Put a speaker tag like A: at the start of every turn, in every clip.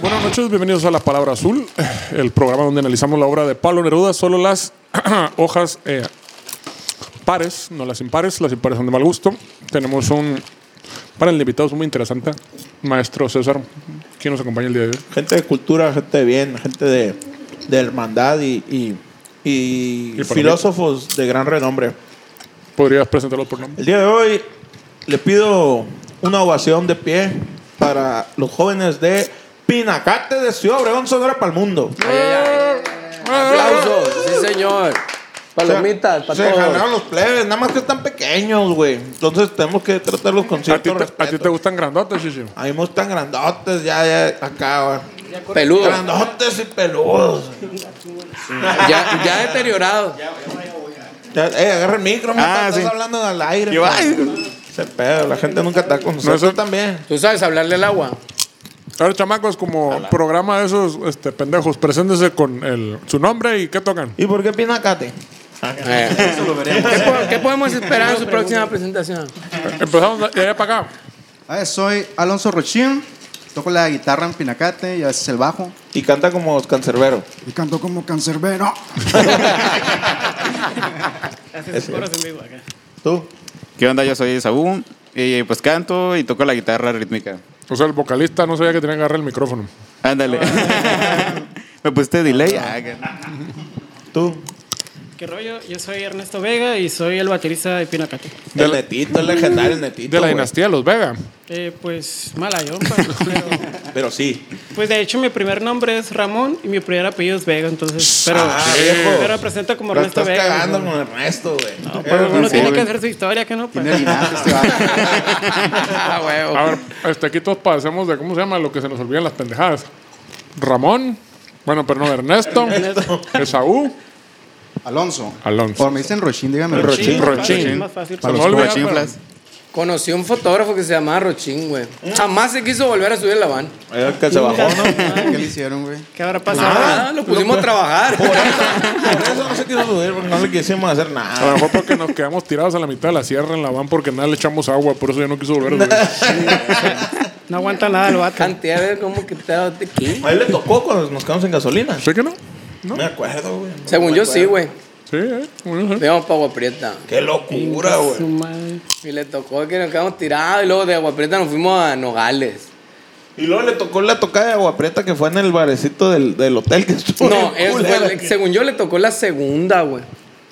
A: Buenas noches, bienvenidos a La Palabra Azul, el programa donde analizamos la obra de Pablo Neruda, solo las hojas eh, pares, no las impares, las impares son de mal gusto. Tenemos un panel de invitados muy interesante, maestro César, ¿quién nos acompaña el día de hoy?
B: gente de cultura, gente de bien, gente de, de hermandad y, y- y
A: Y por
B: filósofos de gran renombre.
A: ¿Podrías presentarlo por nombre?
B: El día de hoy le pido una ovación de pie para los jóvenes de Pinacate de Ciudad Obregón, Sonora para el mundo.
C: Ay, ay, ay. Aplausos, sí señor. Palomitas
B: Se-
C: para
B: Se
C: todos.
B: jalaron los plebes, nada más que están pequeños, güey. Entonces tenemos que tratarlos con
A: ¿A ti, te,
B: cierto
A: a ti te
B: respeto.
A: gustan grandotes, Chichi?
B: A mí me gustan grandotes, ya, ya, acá, güey.
C: Peludos.
B: Grandotes y peludos.
C: Ya, ya deteriorados.
B: Ya, eh, agarra el micro,
D: Ah,
B: ah, estás
D: sí.
B: hablando al aire.
D: Yo,
B: man.
D: ay.
B: Ese pedo, la gente nunca está
A: No,
B: con nosotros
A: eso-
B: también.
C: Tú sabes hablarle al agua.
A: A ver, chamacos, como programa de esos este, pendejos, preséntese con el, su nombre y qué tocan.
B: ¿Y por qué Pinacate?
C: Eh. ¿Qué, po- qué podemos esperar en su próxima presentación?
A: Empezamos de allá para acá.
D: Ah, soy Alonso Rochín, toco la guitarra en Pinacate y a veces el bajo.
B: Y canta como cancerbero.
D: Y canto como cancerbero.
B: ¿Tú?
D: ¿Qué onda? Yo soy Saúl y pues canto y toco la guitarra rítmica.
A: O sea, el vocalista no sabía que tenía que agarrar el micrófono.
D: Ándale. Me pusiste delay. Ah, que-
B: ¿Tú?
E: ¿Qué rollo? Yo soy Ernesto Vega y soy el baterista de Pinacate.
B: el netito, el legendario, el netito.
A: De la
B: güey.
A: dinastía de los Vega.
E: Eh, pues mala yo,
F: Ah,
E: pero,
B: Pero sí.
E: pues de hecho mi primer nombre es Ramón y mi primer apellido es Vega, entonces, pero,
B: Ah, viejo.
E: pero me presento como
B: Lo
E: Ernesto
B: estás
E: Vega.
B: cagando
E: ¿no?
B: con Ernesto, güey. Eh,
E: No, pero
D: Sí,
E: uno tiene
D: güey.
E: que hacer su historia, que no? Pues,
D: Tiene linaje este bajo.
C: Ah, huevo.
A: A ver, este, aquí todos padecemos de, ¿cómo se llama? Lo que se nos olvidan las pendejadas. Ramón, bueno, pero no, Ernesto, Esaú,
D: Alonso.
A: Alonso.
D: O me dicen Rochín, díganme.
B: Rochín.
E: sí, más
A: Rochín.
E: fácil, es más fácil.
A: Se me olvida,
D: Rochinflas.
C: Conocí un fotógrafo que se llamaba Rochín, güey. Jamás se quiso volver a subir la van.
B: Era el eh, que se bajó,
E: Ah.
B: ¿no?
D: ¿Qué le hicieron, güey?
E: ¿Qué habrá pasado?
C: Nada, Ah, lo pusimos a trabajar.
B: Ah. Por eso no se quiso subir, porque no le quisimos hacer
A: pero A lo
B: nada.
A: mejor porque nos quedamos tirados a la mitad de la sierra en la van porque nada le echamos agua, por eso ya no quiso volver a subir.
E: No aguanta nada el vato.
C: Cantidad de como que te da de aquí.
B: A él le tocó cuando nos quedamos en gasolina.
A: ¿Sí que no?
B: No me acuerdo, güey. No
C: Según
B: me
C: yo
B: acuerdo.
C: sí, güey.
A: Sí, eh. bueno, sí.
C: Íbamos para Agua Prieta.
B: Qué locura,
E: Su
B: güey.
E: madre.
C: Y le tocó que nos quedamos tirados y luego de Agua Prieta nos fuimos a Nogales.
B: Y luego le tocó la tocada de agua prieta que fue en el barecito del, del hotel que estuvo.
C: No,
B: bien
C: es,
B: culera.
C: fue- según yo le tocó la segunda, güey.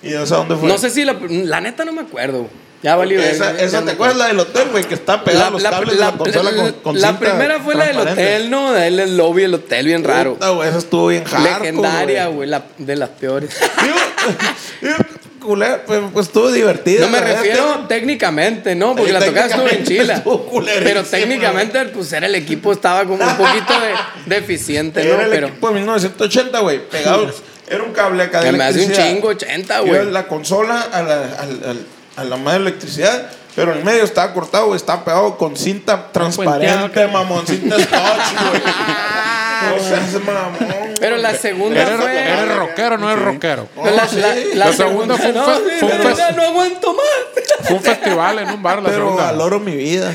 B: ¿Y no sé dónde fue?
C: No sé si la, la neta no me acuerdo. Ya valió.
B: Esa,
C: verga,
B: esa
C: ya
B: ¿te
C: no
B: acuerdas
C: me
B: la del hotel, güey? Que está
C: acuerdo.
B: pegada a los cables de la, consola con, con
C: la
B: cinta
C: primera fue la del
B: transparente.
C: hotel, ¿no? El, el lobby del hotel, bien raro.
B: Puta, güey, esa estuvo bien hardcore,
C: Legendaria, güey. la- de las peores.
B: Digo, digo, culera, pues, pues, estuvo divertida.
C: No me
B: la verdad,
C: refiero técnicamente, ¿no? Porque
B: Sí,
C: la tocada estuvo en
B: técnicamente
C: Chile.
B: estuvo culerísima,
C: Pero técnicamente, pues era el equipo, estaba como un poquito de, deficiente, ¿no?
B: Era el
C: Pero
B: equipo de 1980, güey. Pegado. Era un cable acá de
C: que me hace un
B: electricidad.
C: chingo, 80,
B: Iba
C: güey.
B: la consola a la, al- al- a la madre electricidad, pero en medio estaba cortado, güey. Estaba pegado con cinta transparente,
E: puenteado.
B: mamón. Cinta touch, güey. O sea, ese mamón.
C: Pero la segunda
A: Eres,
C: fue.
A: eres rockero, no eres rockero.
C: No, la,
B: Oh, sí.
C: la- la
A: La segunda fue un
C: no,
A: fe-
C: sí,
A: fue un
C: la
A: fe-
C: verdad, no aguanto más.
A: Fue un festival en un bar la
B: Pero
A: segunda.
B: valoro mi vida.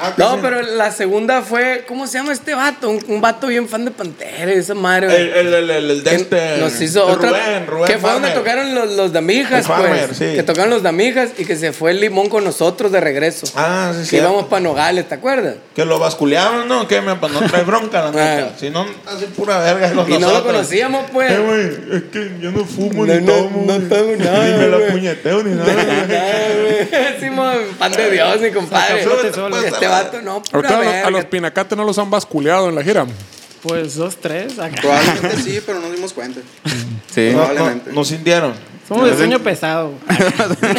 B: Ah, que
C: No,
B: sí.
C: pero la segunda fue, ¿cómo se llama este vato? Un, un vato bien fan de Pantera, esa madre. güey.
B: El, el, el, el, el de
C: Que
B: Eh, este.
C: nos hizo
B: el
C: otra
B: Rubén, Rubén
C: que fue donde
B: Farmer.
C: tocaron los, los damijas
B: El Farmer,
C: pues,
B: sí.
C: que tocaron los damijas y que se fue el limón con nosotros de regreso
B: Ah, sí,
C: que
B: sí.
C: íbamos para Nogales ¿te acuerdas?
B: Que lo basculeaban, ¿no? Que me para no traer bronca, la neta. Si no, hace pura verga con
C: Ah. y no lo
B: nosotros.
C: conocíamos pues
B: Eh, güey, es que yo no fumo
C: No,
B: ni
C: no,
B: tomo.
C: no
B: güey.
C: tomo nada,
B: Ni me
C: güey.
B: la puñeteo ni nada.
C: Decimos pan de Dios mi compadre
B: Sacazote solo.
C: este vato no
A: A
C: pura
A: ustedes a los,
C: verga.
A: a los pinacates no los han basculeado en la gira.
E: Pues dos, tres. Acá.
G: Probablemente sí, pero no nos dimos cuenta.
D: Sí.
B: No, no, nos sintieron.
E: Somos de sueño pesado. güey.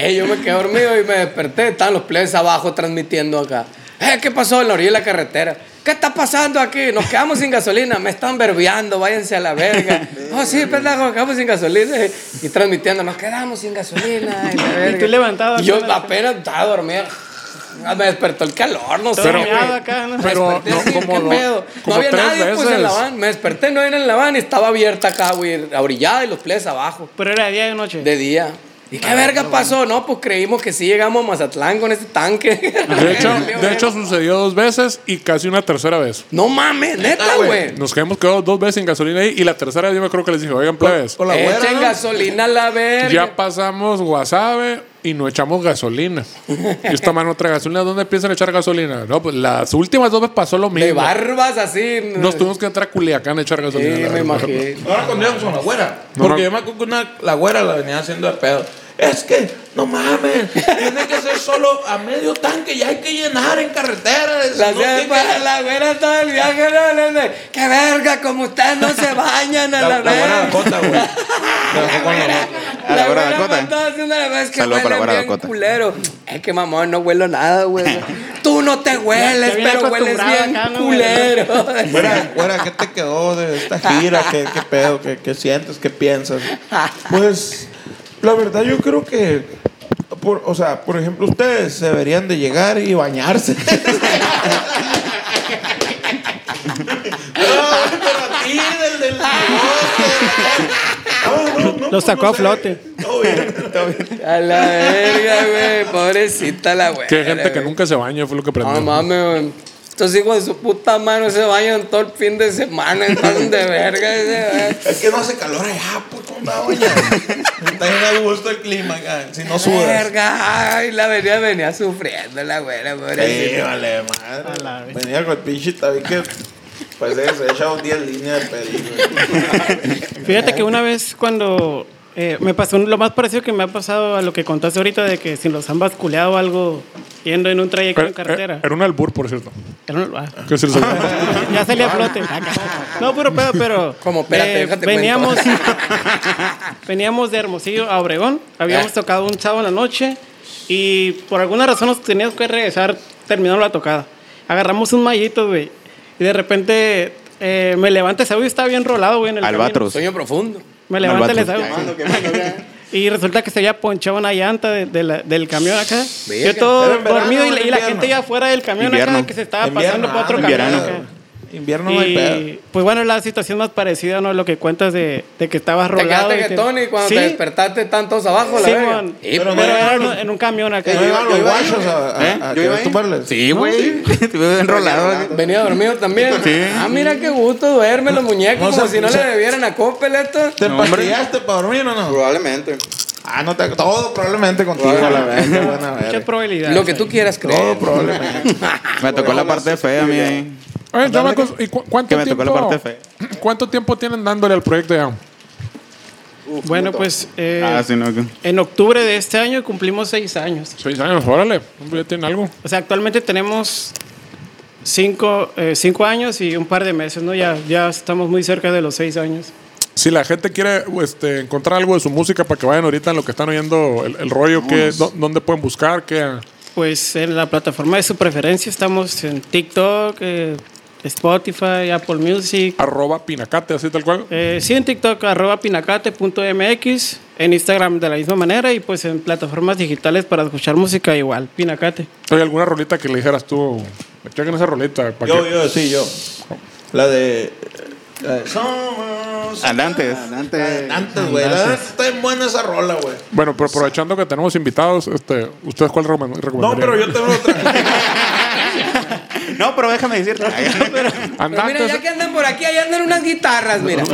C: Eh, yo me quedé dormido y me desperté. Estaban los plebes abajo transmitiendo acá. Eh, ¿qué pasó en la orilla de la carretera? ¿Qué está pasando aquí? Nos quedamos sin gasolina. Me están verbeando, váyanse a la verga. Oh, sí, pendejo, nos quedamos sin gasolina. Y transmitiendo, nos quedamos sin gasolina. y la verga.
E: tú levantado,
C: Y yo
E: apenas-
C: apenas estaba dormida. Ah, Me despertó el calor, no sé.
E: Pero-
C: güey.
E: meado acá, ¿no?
C: Me
A: Pero,
C: desperté
A: no,
C: así,
A: como
C: ¿qué
A: no-
C: pedo?
A: como
C: no había
A: tres
C: nadie, pues,
A: veces.
C: en la van. Me desperté, no era en la van y estaba abierta acá, güey, abrillada y los plebes abajo.
E: Pero era de día y de noche.
C: De día. ¿Y qué verga pasó? No, pues creímos que sí llegamos a Mazatlán con este tanque.
A: De hecho, de hecho, sucedió dos veces y casi una tercera vez.
C: No mames, neta,
B: Neta,
C: güey.
B: güey.
A: Nos hemos quedado dos veces sin gasolina ahí y la tercera yo me creo que les dije, oigan, plebes,
B: Con la güera,
C: Echen
B: ¿no?
C: gasolina a la verga.
A: ya pasamos wasabe y no echamos gasolina. Y esta mano otra gasolina, ¿dónde piensan echar gasolina? No, pues las últimas dos veces pasó lo
C: de
A: mismo.
C: barbas así.
A: Nos tuvimos que entrar a Culiacán a echar
C: Sí,
A: gasolina. la
C: me
A: verdad.
C: imagino.
B: Ahora cuando íbamos con la güera.
A: No,
B: porque
A: no.
B: yo me acuerdo que una, la güera la venía haciendo de pedo. Es que, no mames, tiene que ser solo a medio tanque y hay que llenar en carretera. es- no
C: La hacía de
B: tiene-
C: para la güera todo el viaje. no, no, no. Qué verga, como ustedes no se bañan a
B: La,
C: la,
B: la güera
C: verga.
B: Dakota, güey. Se la fue con la-
C: La
D: A la güera
C: güera
D: Dakota.
C: me estaba haciendo la vez que
D: Saludos para
C: huelen
D: la güera
C: bien
D: Dakota.
C: culero. Es que mamón, no huelo nada, güey. Tú no te hueles,
E: Ya viene
C: pero hueles
E: acostumbrada
C: bien
E: acá, ¿no, güey?
C: culero.
B: Güera, güera, ¿qué te quedó de esta gira? ¿Qué, qué pedo? ¿Qué, qué sientes? ¿Qué piensas? Pues, la verdad, yo creo que. por- o sea, por ejemplo, ustedes se deberían de llegar y bañarse. no, pero a ti, del, del negocio. No, no, no,
E: Lo sacó
B: no
E: a flote.
B: Todo bien, todo bien.
C: A la verga, güey. Pobrecita la güera.
A: Que hay gente que
C: güey.
A: nunca se baña, fue lo que aprendí.
C: Eh, No mames, güey. Estos hijos de su puta mano se bañan todo el fin de semana. Están de verga. ese, güey.
B: Es que no hace calor allá, pues, ¿cómo me voy a bañar? Está bien a gusto el clima acá, si no sudas.
C: Verga. Ay, la venía, venía sufriendo la güera, pobrecita.
B: Sí, vale, madre. Venía con el pinche tabique. Pues eh, se echa un 10 líneas de peligro.
E: Fíjate que una vez cuando eh, me pasó un- lo más parecido que me ha pasado a lo que contaste ahorita de que si los han basculeado algo yendo en un trayecto
A: Pero,
E: en carretera.
A: eh, Era un albur, por cierto.
E: Era un- ah.
A: Que se les-
E: ya salí a flote. No, pero, pero, pero. eh,
C: Como, espérate, déjate
E: veníamos,
C: cuento.
E: veníamos de Hermosillo a Obregón. Habíamos
C: Ah.
E: tocado un chavo en la noche y por alguna razón nos teníamos que regresar terminando la tocada. Agarramos un mallito, güey. Y de repente eh, me levanté, ese güey estaba bien rolado, güey, en el camino.
F: Albatros.
C: Sueño profundo.
E: Me levanté, le
F: Albatros.
E: salgo. Y resulta que se había ponchado una llanta de- de la- del camión acá.
C: Verga.
E: Yo todo
B: Era en verano,
E: dormido y, la-
B: era
E: y la
B: invierno.
E: gente ya afuera del camión
F: Invierno. Ah,
E: acá que se estaba pasando por otro
B: invierno,
E: camión
B: güey.
E: acá.
B: Invierno no hay pedo.
E: Y, pues bueno, la situación más parecida, ¿no? Lo que cuentas de, de que estabas
C: Te
E: rolado.
C: quedaste que Tony cuando
E: Sí,
C: te despertaste están todos abajo, la
E: sí,
C: verga.
E: mon.
C: Y,
E: pero
B: no
E: era
B: llegaron.
E: en- en un camión acá.
B: ¿No iban los
D: yo iba ahí,
B: guachos a, a,
F: ¿Eh?
B: a
F: Yo
B: querer
F: iba ahí.
B: tumbarles?
F: Sí, güey. Te veo enrolado.
C: Venía dormido también.
F: Sí.
C: Ah, mira qué gusto duerme los muñecos,
B: No,
C: como
B: se-
C: si no
B: se-
C: le debieran a Coppel esto.
B: ¿Te pastillaste para dormir o no?
G: Probablemente.
B: Ah, no te... Todo probablemente contigo a la vez. Qué buena
E: Mucha
B: verga.
E: probabilidad.
C: Lo que tú quieras creer.
B: Todo probablemente.
F: Me tocó la parte fea a mí ahí.
A: Oye, chamacos, ¿y cu- cuánto
F: Que me tocó la
A: tiempo-
F: parte
A: ¿Cuánto tiempo tienen dándole al proyecto ya?
G: Uf,
E: Bueno,
G: puto.
E: pues eh,
F: Ah, sí, no. que-
E: en octubre de este año cumplimos seis años.
A: Seis años, órale. Ya tienen algo.
E: O sea, actualmente tenemos cinco, eh, cinco años y un par de meses, ¿no? Ya, ya estamos muy cerca de los seis años.
A: Si la gente quiere este, encontrar algo de su música para que vayan ahorita en lo que están oyendo el, el rollo, que, ¿dónde pueden buscar? ¿Qué?
E: Pues en la plataforma de su preferencia estamos en TikTok, eh, Spotify, Apple Music.
A: Arroba pinacate, así tal cual.
E: Eh, sí, en TikTok, arroba pinacate.mx, en Instagram de la misma manera y pues en plataformas digitales para escuchar música igual, pinacate.
A: ¿Hay alguna rolita que le dijeras tú? Chequen esa rolita. para
B: Yo,
A: que-
B: yo, sí, yo. La de. la de Somos.
F: Andantes.
D: Adelante.
B: Antes, güey. La verdad está bien buena esa rola, güey.
A: Bueno, pero aprovechando que tenemos invitados, este, ¿ustedes cuál recom- recomendarían?
B: No, pero yo tengo otra.
F: No, pero déjame decirte.
C: Pero
A: Andantes,
C: mira, ya que andan por aquí, ahí andan unas guitarras, mira.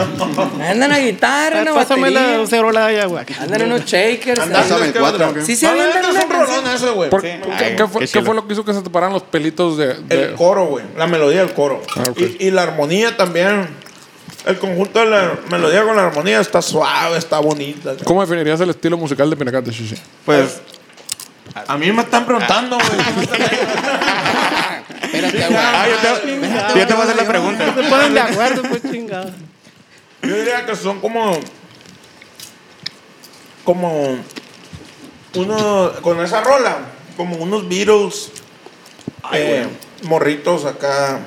C: Andan a guitarra, una
E: Pásame
C: batería.
E: la cerola de agua.
C: Andan
E: eh,
C: unos shakers.
B: Andantes,
C: ahí.
D: Pásame el
B: ¿qué
D: cuatro,
B: otra?
D: ¿qué?
C: Sí, se
B: No,
C: avientan
B: antes
C: una
B: es un
C: canción.
B: rolón ese, güey.
A: ¿por-
F: Sí.
A: ¿qué,
F: Ay,
A: qué fue,
F: qué
A: qué
F: chilo.
A: fue lo que hizo que se te pararan los pelitos de...? de-
B: El coro, güey. La melodía del coro.
A: Ah, ok.
B: y, y la armonía también. El conjunto de la melodía con la armonía está suave, está bonita.
A: ¿Cómo definirías el estilo musical de Pinacate, Shishi?
F: Pues
B: A mí me están preguntando, güey.
C: Espérate, güey.
F: Ah, yo te, yo te voy a hacer la pregunta.
E: Se ponen de acuerdo, pues chingada.
B: Yo diría que son como. Como. Uno. Con esa rola. Como unos Beatles. eh, morritos acá.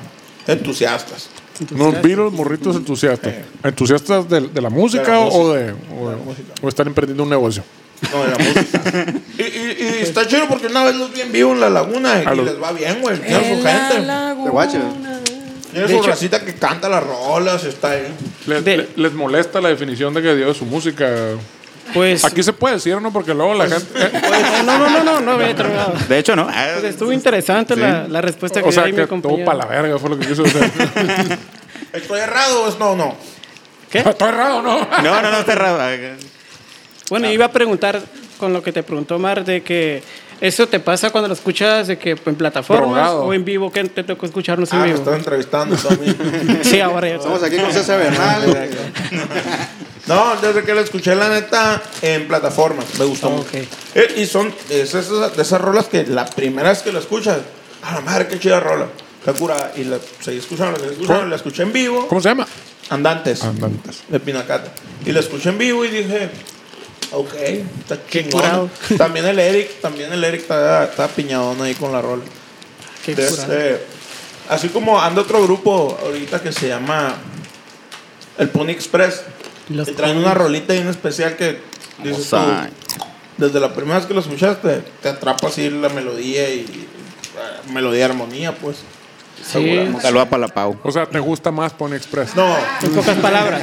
B: entusiastas.
A: Unos Beatles, morritos entusiastas. ¿Entusiastas del- de, la música,
B: De la
A: o de, o,
B: música.
A: o están emprendiendo un negocio?
B: No, de la música. y, y- y está chido porque una vez los vi en vivo en la laguna
A: A
B: y
A: los-
B: les va bien, güey. Tienen su gente.
D: De guacho.
B: Tienen su racita que canta las rolas, está ahí.
A: Les,
E: De-
A: le- les molesta la definición de que dio de su música.
E: Pues.
A: Aquí se puede decir, ¿no? Porque luego la gente. eh,
E: No, no, no, no, no había terminado.
F: De hecho, ¿no?
B: Ah,
E: Pues estuvo interesante la, la respuesta que
A: o sea,
E: dio ahí
A: que
E: mi
A: todo
E: compañero.
A: para la verga fue lo que quiso decir.
B: ¿Estoy errado o es no, no?
A: Está errado, ¿no?
F: No, no, no, está raro.
E: Bueno, iba a preguntar con lo que te preguntó Mar de que eso te pasa cuando lo escuchas de que en plataformas
A: Drogado.
E: o en vivo que te tocó escucharnos en
B: Ah, me
E: vivo.
B: estaba entrevistando también.
E: Sí, ahora ya.
D: Estamos aquí con César Bernal.
B: No, desde que la escuché, la neta, en plataforma. Me gustó mucho.
E: Ah, Ok.
B: Eh, y son es esas, de esas rolas que la primera vez que la escuchas, a la madre, qué chida rola. Qué curada. Y la seguí escuchando, la seguí escuchando, la escuché en vivo.
A: ¿Cómo se llama?
B: Andantes,
A: Andantes.
B: de Pinacate. Y la escuché en vivo y dije, ok, está
E: Qué
B: chingón.
E: curado.
B: También el Eric, también el Eric está, está piñadón ahí con la rola.
E: Qué
B: De
E: curado.
B: este, así como anda otro grupo ahorita que se llama el Pony Express.
E: Los
B: y traen una rolita y un especial que dices tú, desde la primera vez que lo escuchaste, te atrapa así la melodía y eh, melodía armonía, pues.
E: Sí,
F: Saluda para la Pau.
A: O sea, ¿te gusta más Pony Express?
B: No,
E: en pocas palabras.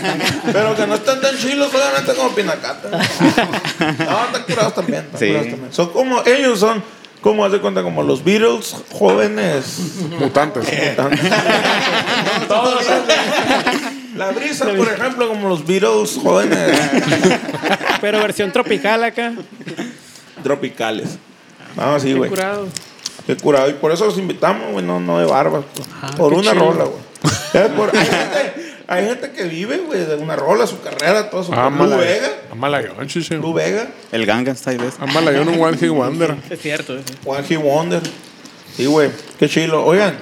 B: pero que no están tan chilos solamente como Pinacata. No, están curados también, están
F: Sí.
B: curados también. Son como, ellos son, como hace cuenta, como los Beatles jóvenes.
A: Mutantes.
B: Todos son- La brisa, por ejemplo, como los Beatles jóvenes
E: Pero versión tropical acá.
B: tropicales. Vamos así,
E: Qué
B: güey.
E: curado.
B: Qué curado. Y por eso los invitamos, güey, no, no de barbas. pues.
E: Ah,
B: por
E: qué
B: una
E: chido.
B: rola, güey. Es por- hay, gente, hay gente que vive, güey, de una rola, su carrera, todo su
A: Ah,
B: Lu
A: mala-
B: Vega.
F: eh?
A: ah, mala guión, chiche.
B: Lu Vega,
F: El Gangan Style de este.
A: Ah, mala guión, un One Hit Wonder.
E: Es cierto. eh. eso.
B: Juan G. Wonder. Sí, güey. Qué chilo. Oigan.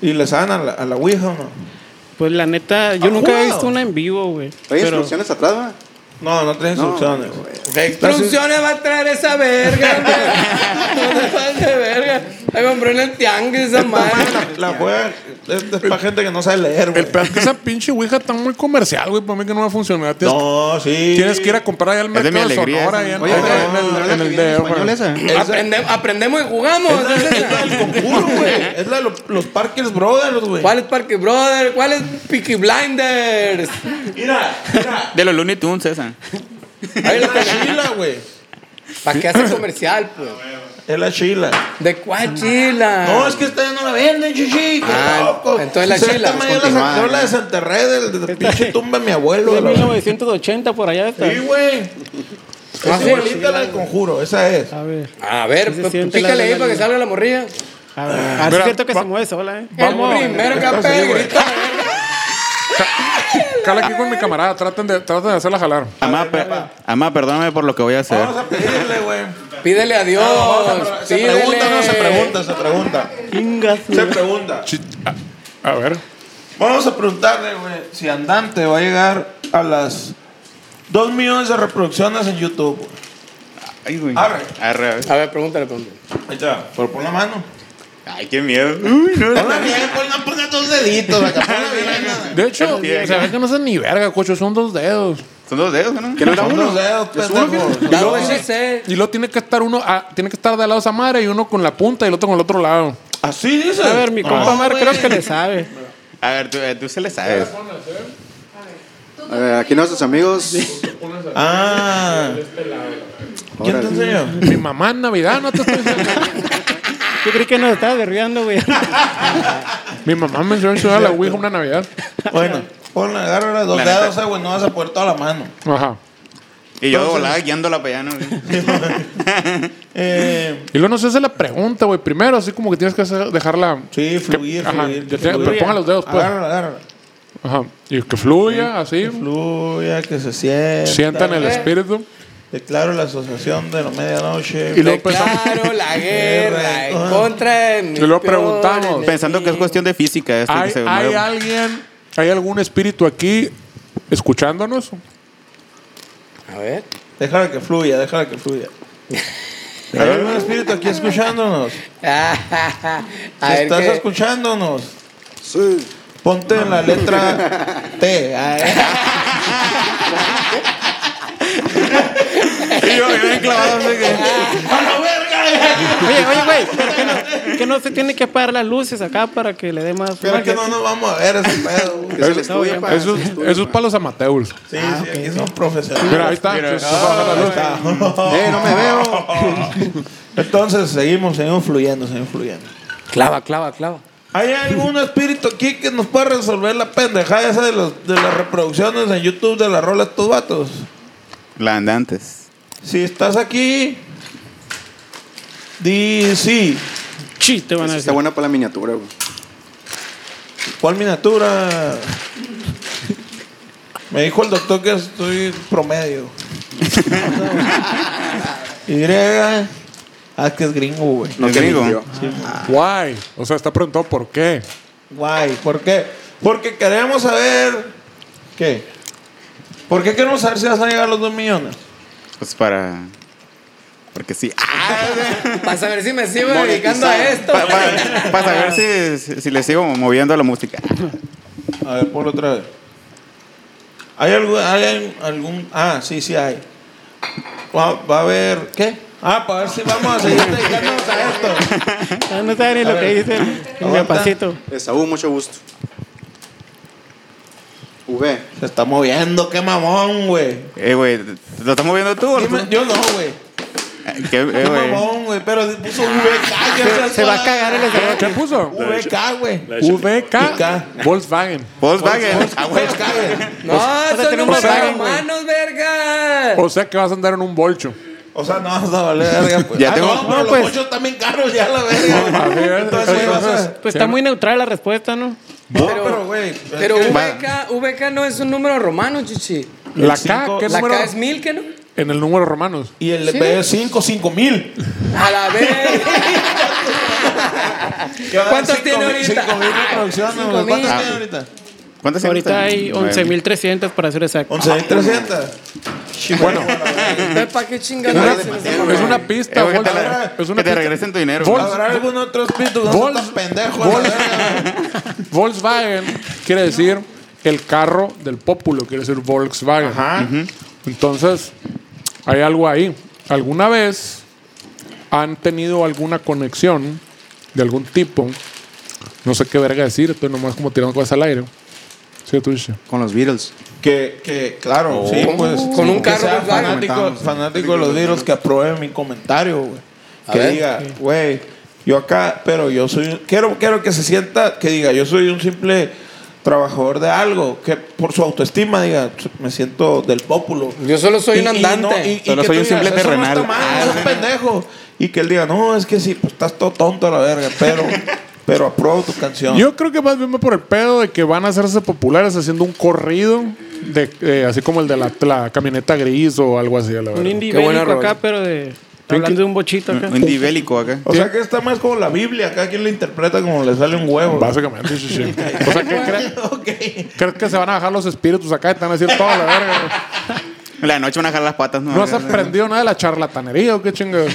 B: ¿Y le saben a la, a la Ouija o no?
E: Pues la neta, yo
B: Ah,
E: nunca he
B: curado.
E: visto una en vivo, güey.
D: Hay
E: Pero
D: instrucciones atrás, va?
B: No, no tenés
D: No,
B: instrucciones.
C: ¿Qué instrucciones va a traer esa verga? güey? No te pases de verga. La compré en el tianguis esa madre.
B: La, la juega es, es para gente que no sabe leer,
A: El
B: güey.
A: pedo es que esa pinche Ouija está muy comercial, güey. Para mí que no va a funcionar. Tienes,
B: No, sí.
A: tienes que ir a comprar allá al
F: Es de mi
A: mercado de
F: alegría
A: Sonora.
F: esa.
A: allá en-
D: Oye, pero
A: en el-
D: ¿no es la
A: en
D: que
A: el
D: viene en
A: DF.
D: español esa?
C: Aprende- aprendemos y jugamos. ¿no es
B: Es
C: esa?
B: la del conjuro, güey. Es la de los, los Parkers Brothers, güey.
C: ¿Cuál es Parque Brother? ¿Cuál es Peaky Blinders?
B: Mira, mira.
F: De los Looney Tunes, esa.
C: Ahí
B: Es
C: lo
B: la
C: tenemos.
B: chila, güey.
C: ¿Para qué hace comercial, pues?
B: Es la chila.
C: ¿De cuál chila?
B: No, es que ustedes no la venden, chichi. Qué
C: Ah,
B: loco.
C: entonces la
B: O sea,
C: chila,
B: esta
C: pues,
B: mañana
D: continuada,
B: Yo la
D: ¿no?
B: desenterré del, del pinche tumba de mi abuelo.
E: de
B: de la-
E: 1980 por allá está.
B: Sí, güey.
C: Ah,
B: Es
C: sí,
B: igualita la del conjuro, esa es.
E: A ver.
C: A ver,
E: Sí se
C: pues,
E: siente la
C: pícale ahí
E: adrenalina.
C: para que salga la morrilla.
E: A ver. Ah, sí
A: Mira,
E: es cierto que
A: va-
E: se mueve sola, ¿eh?
C: El primero que va a pegar el grito.
A: Cala aquí con mi camarada. Traten de, traten de hacerla jalar.
F: Amá, per- Amá, perdóname por lo que voy a hacer.
B: Vamos a pedirle, güey.
C: Pídele a Dios.
B: Ah, No, se, pre- se
C: pídele.
B: pregunta, no se pregunta, se pregunta.
E: Chinga su-
B: Se pregunta.
A: Chi- ah, A, ver.
B: Vamos a preguntarle, güey, si Andante va a llegar a las 2 millones de reproducciones en YouTube. güey.
F: Ay, güey.
B: Arre.
F: Arre, a ver.
C: A ver, pregúntale, pregúntale.
B: Ahí está, pero pon la mano.
F: Ay, qué miedo. Uy, no.
B: Ponla bien, ponla, ponla dos deditos, acá, ponla bien. nada.
A: De hecho,
F: Pero-
A: se ve que no son ni verga, cocho. Son dos dedos.
F: Son dos dedos, ¿no?
B: Son dos dedos, pendejo.
C: La UFC.
A: Y luego tiene que estar uno, ah, tiene que estar de lado esa madre y uno con la punta y el otro con el otro lado.
B: Así dice.
E: A ver, mi
F: Ah.
B: No,
E: compa Mar
B: güey.
E: creo que le sabe.
F: A ver, tú, eh, tú se le sabes.
D: A ver, aquí nuestros amigos.
B: Ah. ¿Quién te
D: Órale.
B: enseñó?
A: Mi mamá en Navidad, no te estoy diciendo.
E: Yo creí que nos estaba derriando, güey.
A: Mi mamá me enseñó a enseñar la Ouija una Navidad.
B: Bueno, ponla, agarra las dos
F: La neta.
B: dedos, eh, güey, no vas a poder toda la mano.
A: Ajá.
F: Y yo de volada guiándola para allá, ¿no?
B: Eh,
A: Y luego no sé hace la pregunta, güey. Primero, así como que tienes que hacer- dejarla.
B: sí, fluir,
A: Ajá.
B: fluir.
A: que
B: que
A: te- pero
B: fluya.
A: pongan los dedos, pues.
B: Agárrala, agárrala.
A: Ajá. Y que fluya, así.
B: Fluya, que se sienta.
A: Sientan el espíritu.
B: Declaro la asociación de la medianoche.
A: Y luego pensamos.
C: Claro, la guerra en contra de mi
A: Y luego
C: peor
A: preguntamos.
C: enemigo.
F: Pensando que es cuestión de física esto.
A: ¿Hay,
F: que se
A: hay
F: mueve.
A: alguien, hay algún espíritu aquí escuchándonos?
C: A ver.
B: Déjala que fluya, déjala que fluya. ¿Hay algún espíritu aquí escuchándonos?
C: a
B: Si
C: ver
B: ¿Estás
C: qué.
B: escuchándonos? Ponte en la letra T. ¿eh? Ay,
F: Y yo, yo bien clavado, así que.
E: Oye, oye, güey, pero que no, que no se tiene que apagar las luces acá para que le dé más.
B: Pero
E: más
B: que no nos vamos a ver ese pedo.
G: Que se le
E: No,
G: estudia
E: ya.
G: para-
A: Esos,
G: se le estudia
A: esos
G: para-
A: palos amateurs.
B: Sí,
C: Ah,
B: sí, aquí son profesionales.
A: Mira, ahí está. se
E: ah.
A: está bajando la luz.
D: ¡Eh, no me veo!
B: Entonces seguimos, seguimos fluyendo, seguimos fluyendo.
C: Clava, clava, clava.
B: ¿Hay algún espíritu aquí que nos pueda resolver la pendejada esa de, los- de las reproducciones en YouTube de la rola de estos vatos?
F: La andantes.
B: Si estás aquí, di sí.
E: Chi, te van a
G: Esa
E: decir.
G: Está buena para la miniatura, güey.
B: ¿Cuál miniatura? Me dijo el doctor que estoy promedio. y griega. Ah, que es gringo, güey.
G: No
F: Es
G: te
F: gringo.
G: mintió.
A: Why? O sea, está preguntado por qué.
B: Guay. ¿Por qué? Porque queremos saber. ¿Qué? ¿Por qué queremos saber si vas a llegar a los dos millones?
F: Pues para. Porque Ah, sí.
C: Para saber si me sigo dedicando a esto.
F: Para saber si, si le sigo moviendo a la música.
B: A ver, ponlo otra vez. ¿Hay algún, hay algún. Ah, sí, sí hay. Va, va a haber. ¿Qué? Ah, para ver si vamos a seguir dedicándonos a esto.
E: Ah, No sabe ni
B: A
E: lo que
B: ver.
E: dice el- el
B: Aguanta.
E: papacito.
G: Esaú, mucho gusto. V.
B: Se está moviendo, qué mamón, güey.
F: Eh, güey, ¿lo estás moviendo tú o no?
B: Dime- Yo no, güey.
F: ¿Qué, eh,
B: Qué
F: güey?
B: mamón, güey. Pero se puso VK. ya sabes
E: Se va a
B: cuál-
E: cagar el escenario.
A: ¿Qué puso?
B: VK, güey. Y K.
A: VK Volkswagen.
F: Volkswagen. Ah, güey.
B: VK, güey.
C: No, son
E: tenemos
C: números
E: Volkswagen,
C: romanos, verga.
A: O sea que vas a andar en un bolcho.
B: O sea, no vas a valer verga. Pues.
F: Ya
B: Ah,
F: tengo-
B: no, pero
E: no,
B: los
E: pues.
B: muchos también caros ya, la
A: A ver,
B: verga. Entonces, güey, vas
A: entonces-
B: a.
E: Pues está muy neutral la respuesta, ¿no?
B: No, pero, güey. Pues, es
C: Pero
B: que-
C: VK, VK no es un número romano, chichi.
A: La K,
B: cinco-
A: ¿qué
C: La
A: número?
C: K es mil, ¿qué no?
A: En el número romanos.
B: Y el B5, 5 mil.
C: A la vez. ¿Cuántos
B: Cinco
C: tiene
B: mil-
C: ahorita?
B: cinco mil Ah. reproducciones,
C: Cinco
B: güey. ¿Cuántos
C: mil.
B: tiene ahorita?
F: ¿Cuántas
E: Ahorita hay 11.300 para ser exacto.
B: 11.300.
A: Ah, Bueno,
C: ¿Para qué chingados?
A: es una pista.
F: Eh, güey, que te,
A: Volkswagen.
F: la-
A: es
F: que
A: una
F: te
A: pista.
F: regresen tu dinero.
A: Vol-
B: ¿Habrá algún otro espíritu? No
A: Vol-
B: estás pendejo. a la
A: Vol-
B: verga.
A: Volkswagen quiere decir el carro del populo, quiere decir Volkswagen. Entonces, hay algo ahí. ¿Alguna vez han tenido alguna conexión de algún tipo? No sé qué verga decir, estoy nomás como tirando cosas al aire. Sí, tú dices.
G: Con los Beatles.
B: Que, que, claro,
F: Oh.
B: sí, pues.
C: Con un
B: que
C: carro
B: sea
C: Volkswagen.
B: fanático,
G: Comentamos.
B: fanático de los virus que apruebe mi comentario, güey.
C: A
B: Que
C: ver.
B: diga, güey, yo acá, pero yo soy. Quiero, quiero que se sienta, que diga, yo soy un simple trabajador de algo. Que por su autoestima diga, me siento del populo.
C: Yo solo soy un andante.
F: Solo
B: que
F: soy
B: tú
F: un simple
B: digas, "Eso
F: terrenal". Ah,
B: No está mal, es un pendejo. Y que él diga, no, es que sí, pues estás todo tonto a la verga, pero, pero apruebo tu canción.
A: Yo creo que más bien va por el pedo de que van a hacerse populares haciendo un corrido, de, eh, así como el de la, la camioneta gris o algo así. a la
E: Un
A: verga.
E: indie
C: Qué buena
E: bélico
C: rola.
E: acá, pero de. Hablando de un bochito acá.
B: Mm,
F: Un dibélico acá.
B: o sea que está más como la Biblia, cada quien la interpreta como le sale un huevo.
A: Básicamente, sí, sí. O sea, ¿qué crees?
B: Ok.
A: ¿Crees que se van a bajar los espíritus acá y te van a decir todo la verga?
F: En la noche van a jalar las patas.
A: ¿No has aprendido nada de la charlatanería o qué chingados?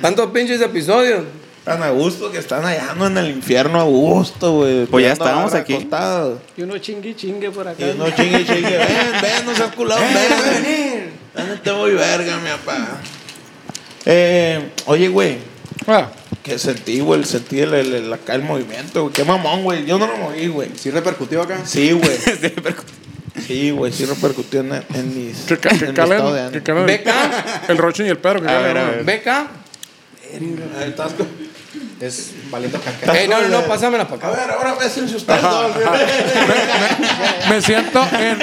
C: Tantos pinches episodios.
B: Tan a gusto que están allá, no en el infierno a gusto, güey.
F: Pues ya
B: Tirando
F: estábamos
B: barra
F: aquí.
B: acostados.
E: Y uno chingue chingue por acá.
B: Y no chingue, chingue. Ven, ven, no seas culado, ven, ven. ¿Dónde te voy, verga, mi papá? Eh, oye, güey.
A: Ah,
B: Que sentí, güey, el- sentí el, el, el- acá el movimiento, güey. Qué mamón, güey. Yo no lo moví, güey.
G: ¿Sí repercutió acá?
B: Sí, güey. Sí, güey, sí repercutió en, en mis.
A: que, ca-
B: en
A: que
B: mi
A: calen-
B: estado de ánimo.
A: que calen
C: Beca.
A: el Rochen y el Pedro. Que
F: A ver,
A: calen,
F: a
A: ¿no?
F: ver.
C: Beca.
B: Ahí estás con-
G: Es valiendo caca.
C: Ey, no, no, no, pásamela para
B: A
C: acá.
B: ver, ahora pésense ustedes dos, güey.
A: Me siento en...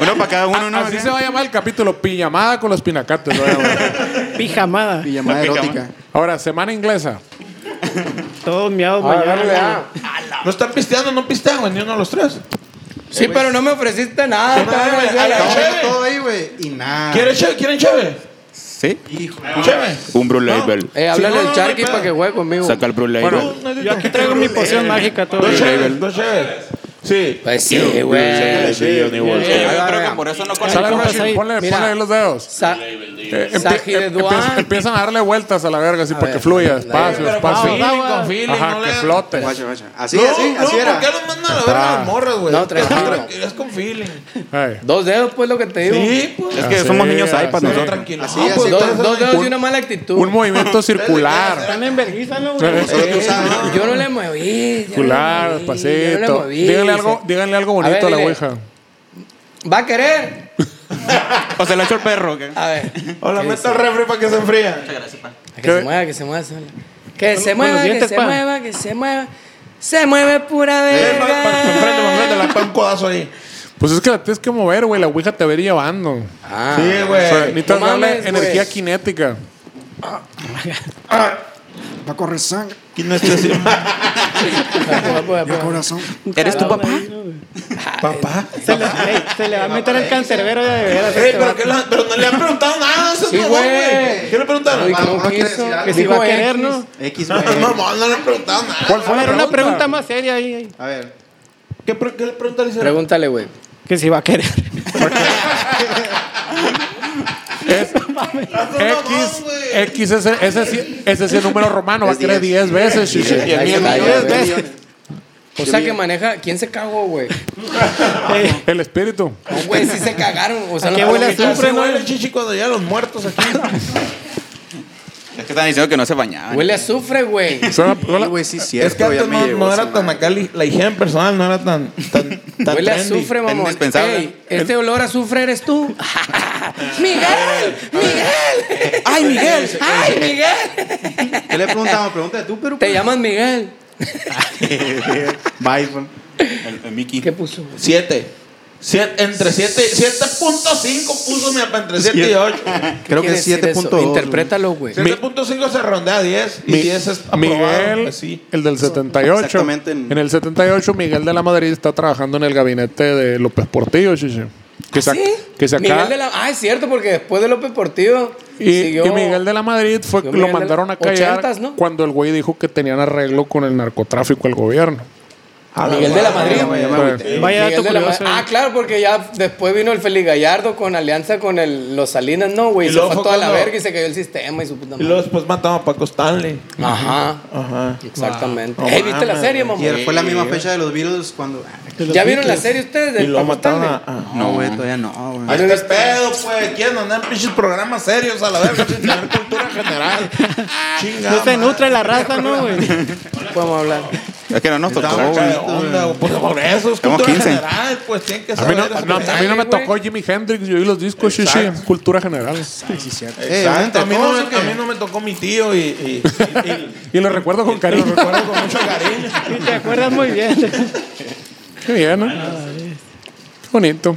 F: Uno para cada uno, ¿no?
A: Ah, Así
F: Acá.
A: se va a llamar el capítulo, pijamada con los pinacates. lo voy a llamar.
E: Pijamada.
G: Y llamada
F: Pijama.
G: erótica.
A: Ahora, semana inglesa.
E: Todos
B: Ah,
E: miados mañana.
B: No están pisteando, no pistean, güey, ni uno de los tres.
C: Sí, pero no me ofreciste nada.
B: No,
C: te voy a
B: no,
C: decir
B: a la
C: la-
B: cheve.
G: Estamos todo ahí, güey. Y nada.
B: ¿Quieren cheve? ¿Quieren cheve?
F: Sí.
B: Cheve.
F: Un Blue Label.
C: Eh, háblale
B: Sí, no,
C: al
B: no,
C: Charqui
B: no, no.
C: para que juegue conmigo.
F: Saca el Blue Label.
B: Bueno,
E: Yo aquí traigo mi poción mágica todo.
B: Eh, Dos cheves, dos cheves. Sí.
C: Pues sí, güey.
F: Sí, yo ni voy.
C: Yo creo que
F: por eso no
E: Ahí,
A: Sale
E: compas,
A: Rochen,
E: ahí.
A: ponle,
C: Mira.
A: ponle ahí los dedos.
C: Sa-
A: Eh, empie-
C: Saji de
A: em-
C: Duan.
A: empiezan- empiezan a darle vueltas a la verga, así, para que fluya, despacio,
B: Con
A: despacio.
B: feeling, con feeling.
A: Ajá,
B: no
A: que
B: le-
A: flote.
G: Guacha, guacha. Así,
B: no,
G: así,
B: no,
G: así
B: ¿por
G: era.
B: qué los mandan a la verga las morras, güey?
C: No,
B: Es que es
C: tranquilo.
B: tranqui- Es con feeling.
A: Ey.
C: Dos dedos, pues lo que te digo.
B: Sí, pues.
F: Es que
A: Así,
F: somos niños
A: así.
F: iPad
B: Pero
F: nosotros.
B: tranquilo.
G: Así,
B: Ah,
G: así,
B: pues,
G: todo.
C: Dos,
B: entonces-
C: dos dedos y una mala actitud.
A: Un movimiento circular.
E: Están en vergüenza, ¿no, güey?
A: Eh,
G: Eso es lo que usaban.
C: Yo no le moví. yo no le
A: Circular,
C: moví, yo no le
A: despacito.
C: moví,
A: Díganle
C: dice.
A: algo, díganle algo
C: A ver,
A: bonito a la
C: dile,
A: ouija.
C: ¿Va a querer?
F: O se lo ha hecho el perro. ¿qué?
C: A ver.
B: O la
C: ¿Qué
B: meto al refri para que se enfría.
C: Que se mueva, que se mueva sola. Que se
E: con
C: mueva,
E: los
C: que
E: dientes,
C: se
E: pa.
C: mueva, que se mueva. Se mueve pura
B: Eh, pa- pa- pa- Enfrente, pa- enfrente,
C: verga.
B: la pa- un codazo ahí.
A: Pues es que la tienes que mover, güey. La ouija te va a ir llevando.
C: Ah,
B: Sí,
A: O sea,
B: güey.
A: necesitas
C: no
A: darle
C: mames,
A: energía
C: güey.
A: cinética.
D: Va a correr sangre.
B: Aquí no estés sin-
C: pa- pa-
D: Mi
C: pa-
D: corazón.
F: ¿Eres tu papá?
B: Papá.
E: Se le, ey, se le va a meter el cancerbero de veras.
B: Ey,
E: este
B: pero,
E: vato.
B: que la- pero no le han preguntado nada a ese
C: Sí,
B: mamón,
C: güey.
B: güey. ¿Qué le preguntaron?
C: Uy,
B: Ah,
C: ¿cómo
D: no quiere
C: quiso?
D: decir algo.
E: Que si va a querer, ¿no?
D: X,
B: No,
D: güey.
B: mamón, no le han preguntado nada.
A: ¿Cuál fue
E: A
A: la
E: ver, una pregunta
A: pregunta?
E: más seria ahí. ahí.
G: A ver.
B: ¿Qué, pre- qué le preguntaron?
C: Pregúntale, güey.
E: Que si va a querer.
A: Es- X, X es ese, ese, sí- ese sí es el número romano. Va a
G: Es
A: querer 10 veces. chiche.
G: Y el mío,
C: Ay,
G: mío,
C: güey.
G: mío, mío.
C: O sea, que maneja. ¿Quién se cagó, güey?
A: El espíritu.
C: No, güey, sí se cagaron. O sea,
E: ¿A qué huele
C: palomitas.
E: azufre?
B: Siempre no el chichi cuando ya los muertos aquí.
F: Es que están diciendo que no se bañaban.
C: Huele a azufre, güey.
A: Suena- suena-
G: Sí, güey, sí, cierto.
B: es que
G: ya
B: antes
G: me
B: no,
G: llegó
B: no
G: esa
B: era tan
G: madre.
B: acá, li- la higiene personal no era tan, tan, tan
C: Huele a
B: trendy.
C: azufre, mamón.
F: indispensable.
C: Ey, este olor a azufre eres tú. Miguel, Miguel. Ay, Miguel. Ay, Miguel.
G: ¿Qué le preguntamos? Pregúntale tú, pues. pero.
C: Te llamas Miguel.
G: Bye, güey.
F: El, el Mickey.
C: ¿Qué puso? güey?
B: Siete. Siete- entre 7 7.5 puso mi apa, entre 7 y 8.
G: Creo que
C: quiere
G: es
C: decir eso?
G: 7.2.
C: Interprétalo, güey.
B: 7.5 se rondea a 10 y
A: Mi-
B: 10 es aprobado.
A: Miguel,
B: Pues sí.
A: el del 78.
G: Exactamente en-
A: En... el 78, Miguel de la Madrid está trabajando en el gabinete de López Portillo, chiche. Que se,
C: ¿Ah, ¿Sí?
A: que se
C: Miguel
A: acaba-
C: de la... Ah, es cierto, porque después de López Portillo
A: y, y Miguel de la Madrid fue
C: Yo
A: lo
C: Miguel de-
A: mandaron a callar
C: ochentas, ¿no?
A: cuando el güey dijo que tenían arreglo con el narcotráfico al gobierno.
C: Miguel de la Madrid.
G: Ya me- ya me
A: Pero-
G: agüité.
E: Vaya
C: Miguel
E: dato
C: de la Ma-
E: curioso.
C: Ah, claro, porque ya después vino el Félix Gallardo con alianza con el, los Salinas, ¿no, güey?
B: Y
C: Se
B: luego fue
C: fue toda la
B: cuando-
C: verga y se cayó el sistema y su puta
B: Y
C: madre.
B: luego después mataron a Paco Stanley.
C: Ajá,
B: Ajá.
C: exactamente.
B: Wow.
C: Ey, ¿Viste la serie, mamón?
G: Y era- fue la misma fecha de los Beatles cuando. ah,
C: ¿Ya vieron la serie ustedes?
B: Y
C: del
B: lo
C: Paco
B: mataron
C: Stanley?
B: a. a-
G: No, güey, todavía no, güey.
B: Ahí está el pedo, pues. Quieren andar en pinches programas serios a la verga sin tener cultura general. Chinga.
E: No se
B: madre.
E: nutre la raza, ¿no, güey?
C: Podemos hablar.
F: Es que no nos tocó.
G: Estaba
F: güey.
B: Saca de onda, güey. Pues por eso es
F: Somos
B: cultura
F: 15.
B: general, pues tienen que
A: A mí
B: saber.
A: no,
B: eso,
A: no,
B: pues.
A: a mí no me
C: güey.
A: tocó Jimmy Hendrix, yo vi los discos, chiche.
B: Exacto.
A: Cultura general.
G: Eh,
B: Exacto, a, mí no me,
G: ¿cómo que?
B: a mí no me tocó mi tío y, y, y- y-
A: Y lo recuerdo con
B: y lo
A: cariño.
B: recuerdo con mucho cariño.
E: Y te acuerdas muy bien.
A: Qué bien, ¿no? Bonito.